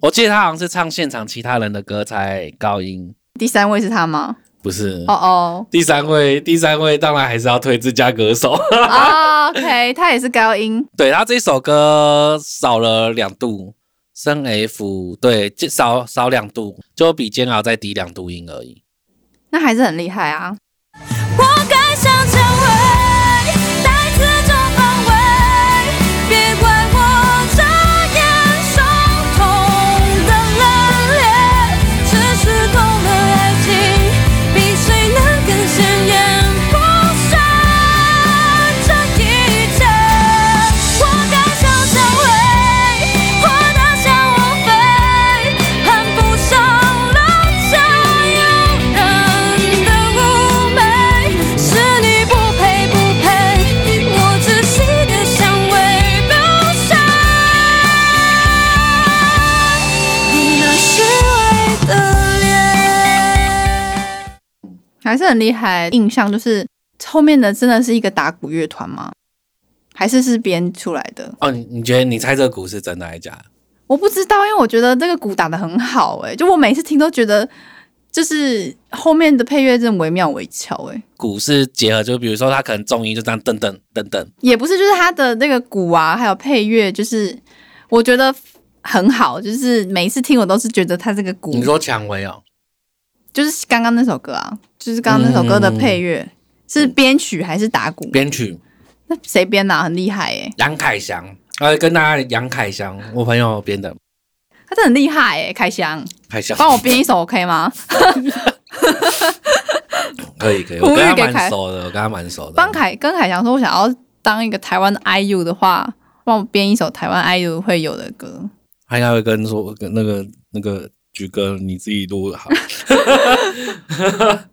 Speaker 2: 我记得他好像是唱现场其他人的歌才高音，
Speaker 1: 第三位是他吗？
Speaker 2: 不是？
Speaker 1: 哦哦
Speaker 2: 第三位，第三位当然还是要推自家歌手。
Speaker 1: 哦，OK，他也是高音。
Speaker 2: 对他这首歌少了两度，升 F 对，就少少两度，就比煎熬再低两度音而已。
Speaker 1: 那还是很厉害啊！
Speaker 6: 我该想成为带刺中防卫，别怪我眨眼伤痛的冷冽，只是空的爱情比谁能更鲜艳，不算这一切。我该想成为活得像王妃，攀不上楼下有。人的妩媚，是你不配不配，我窒息的香味飘散，你那虚伪的脸。
Speaker 1: 还是很厉害。印象就是后面的真的是一个打鼓乐团吗？还是是编出来的？
Speaker 2: 哦，你你觉得你猜这个鼓是真的还是假的？
Speaker 1: 我不知道，因为我觉得这个鼓打的很好、哎，就我每次听都觉得，就是后面的配乐真的惟妙惟肖、哎，
Speaker 2: 鼓是结合，就比如说他可能重音就这样噔噔噔噔，
Speaker 1: 也不是，就是他的那个鼓啊，还有配乐，就是我觉得很好，就是每一次听我都是觉得他这个鼓，
Speaker 2: 你说蔷薇哦，
Speaker 1: 就是刚刚那首歌啊，就是刚刚那首歌的配乐、
Speaker 2: 嗯
Speaker 1: 是编曲还是打鼓？
Speaker 2: 编曲
Speaker 1: 那谁编的、啊？很厉害哎、
Speaker 2: 杨凯翔，呃，跟大家杨凯翔，我朋友编的，
Speaker 1: 他真的很厉害哎、开箱，
Speaker 2: 凯翔
Speaker 1: 帮我编一首 OK 吗？
Speaker 2: 可以可以，
Speaker 1: 呼吁
Speaker 2: 我跟他
Speaker 1: 给凯
Speaker 2: 蛮熟的，我跟他蛮熟的。
Speaker 1: 帮凯跟凯翔说，我想要当一个台湾的 IU 的话，帮我编一首台湾 IU 会有的歌。
Speaker 2: 他应该会跟说跟那个那个菊哥你自己录好，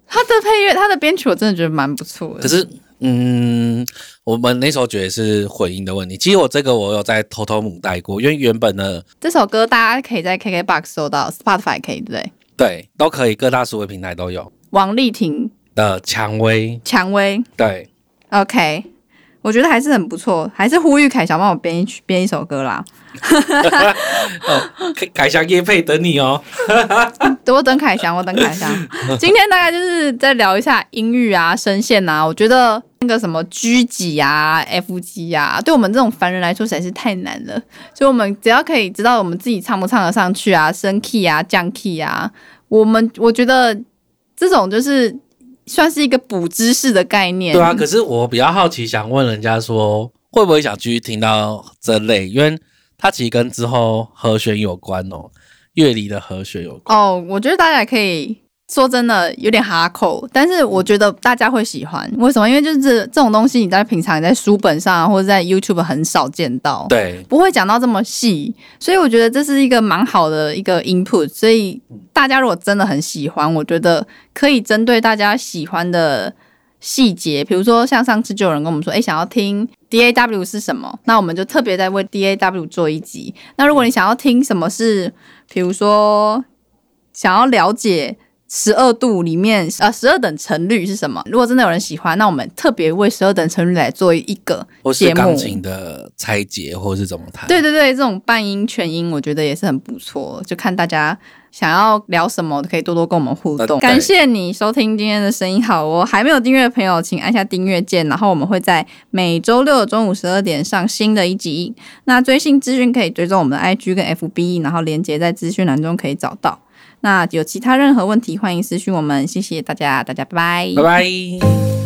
Speaker 1: 他的配乐，他的编曲我真的觉得蛮不错的。
Speaker 2: 可是。 嗯，我们那时候觉得是混音的问题。其实我这个我有在偷偷母带过，因为原本的
Speaker 1: 这首歌大家可以在 KKBOX 搜到，Spotify 可以对不对？
Speaker 2: 对都可以，各大数位平台都 有
Speaker 1: 王丽婷、
Speaker 2: 的蔷薇，
Speaker 1: 蔷薇
Speaker 2: 对，
Speaker 1: ，OK，我觉得还是很不错，还是呼吁凯翔帮我编一曲编一首歌啦。
Speaker 2: 哦，凯凯翔叶配等你哦。
Speaker 1: 我等凯翔，我等 凯翔。今天大概就是在聊一下音域啊、声线啊，我觉得那个什么 G 几啊、F 几啊，对我们这种凡人来说实在是太难了。所以我们只要可以知道我们自己唱不唱得上去啊、升 key 啊、降 key 啊，我们我觉得这种就是算是一个补知识的概念。
Speaker 2: 对啊，可是我比较好奇，想问人家说会不会想继续听到这类，因为它其实跟之后和弦有关哦，乐理的和弦有关。
Speaker 1: 哦，我觉得大家也可以说真的有点哈口，但是我觉得大家会喜欢。为什么？因为就是这这种东西，你在平常你在书本上啊或者在 YouTube 很少见到，，
Speaker 2: 对，
Speaker 1: 不会讲到这么细，所以我觉得这是一个蛮好的一个 input。所以大家如果真的很喜欢，我觉得可以针对大家喜欢的。细节，比如说像上次就有人跟我们说，哎、想要听 D A W 是什么？那我们就特别在为 D A W 做一集。那如果你想要听什么是，比如说想要了解十二度里面呃十二等乘率是什么，如果真的有人喜欢，那我们特别为十二等乘率来做一个
Speaker 2: 或是
Speaker 1: 节目
Speaker 2: 钢。琴的拆解，或是怎么弹。
Speaker 1: 对对对，这种半音全音我觉得也是很不错，就看大家想要聊什么，可以多多跟我们互
Speaker 2: 呃
Speaker 1: 动。
Speaker 2: 对
Speaker 1: 感谢你收听今天的声音好哦，还没有订阅的朋友，请按下订阅键。然后我们会在每周六的中午十二点上新的一集。那追星资讯可以追踪我们的 IG 跟 FB，然后连接在资讯栏中可以找到。那有其他任何问题，欢迎私讯我们，谢谢大家，大家拜拜
Speaker 2: 拜拜。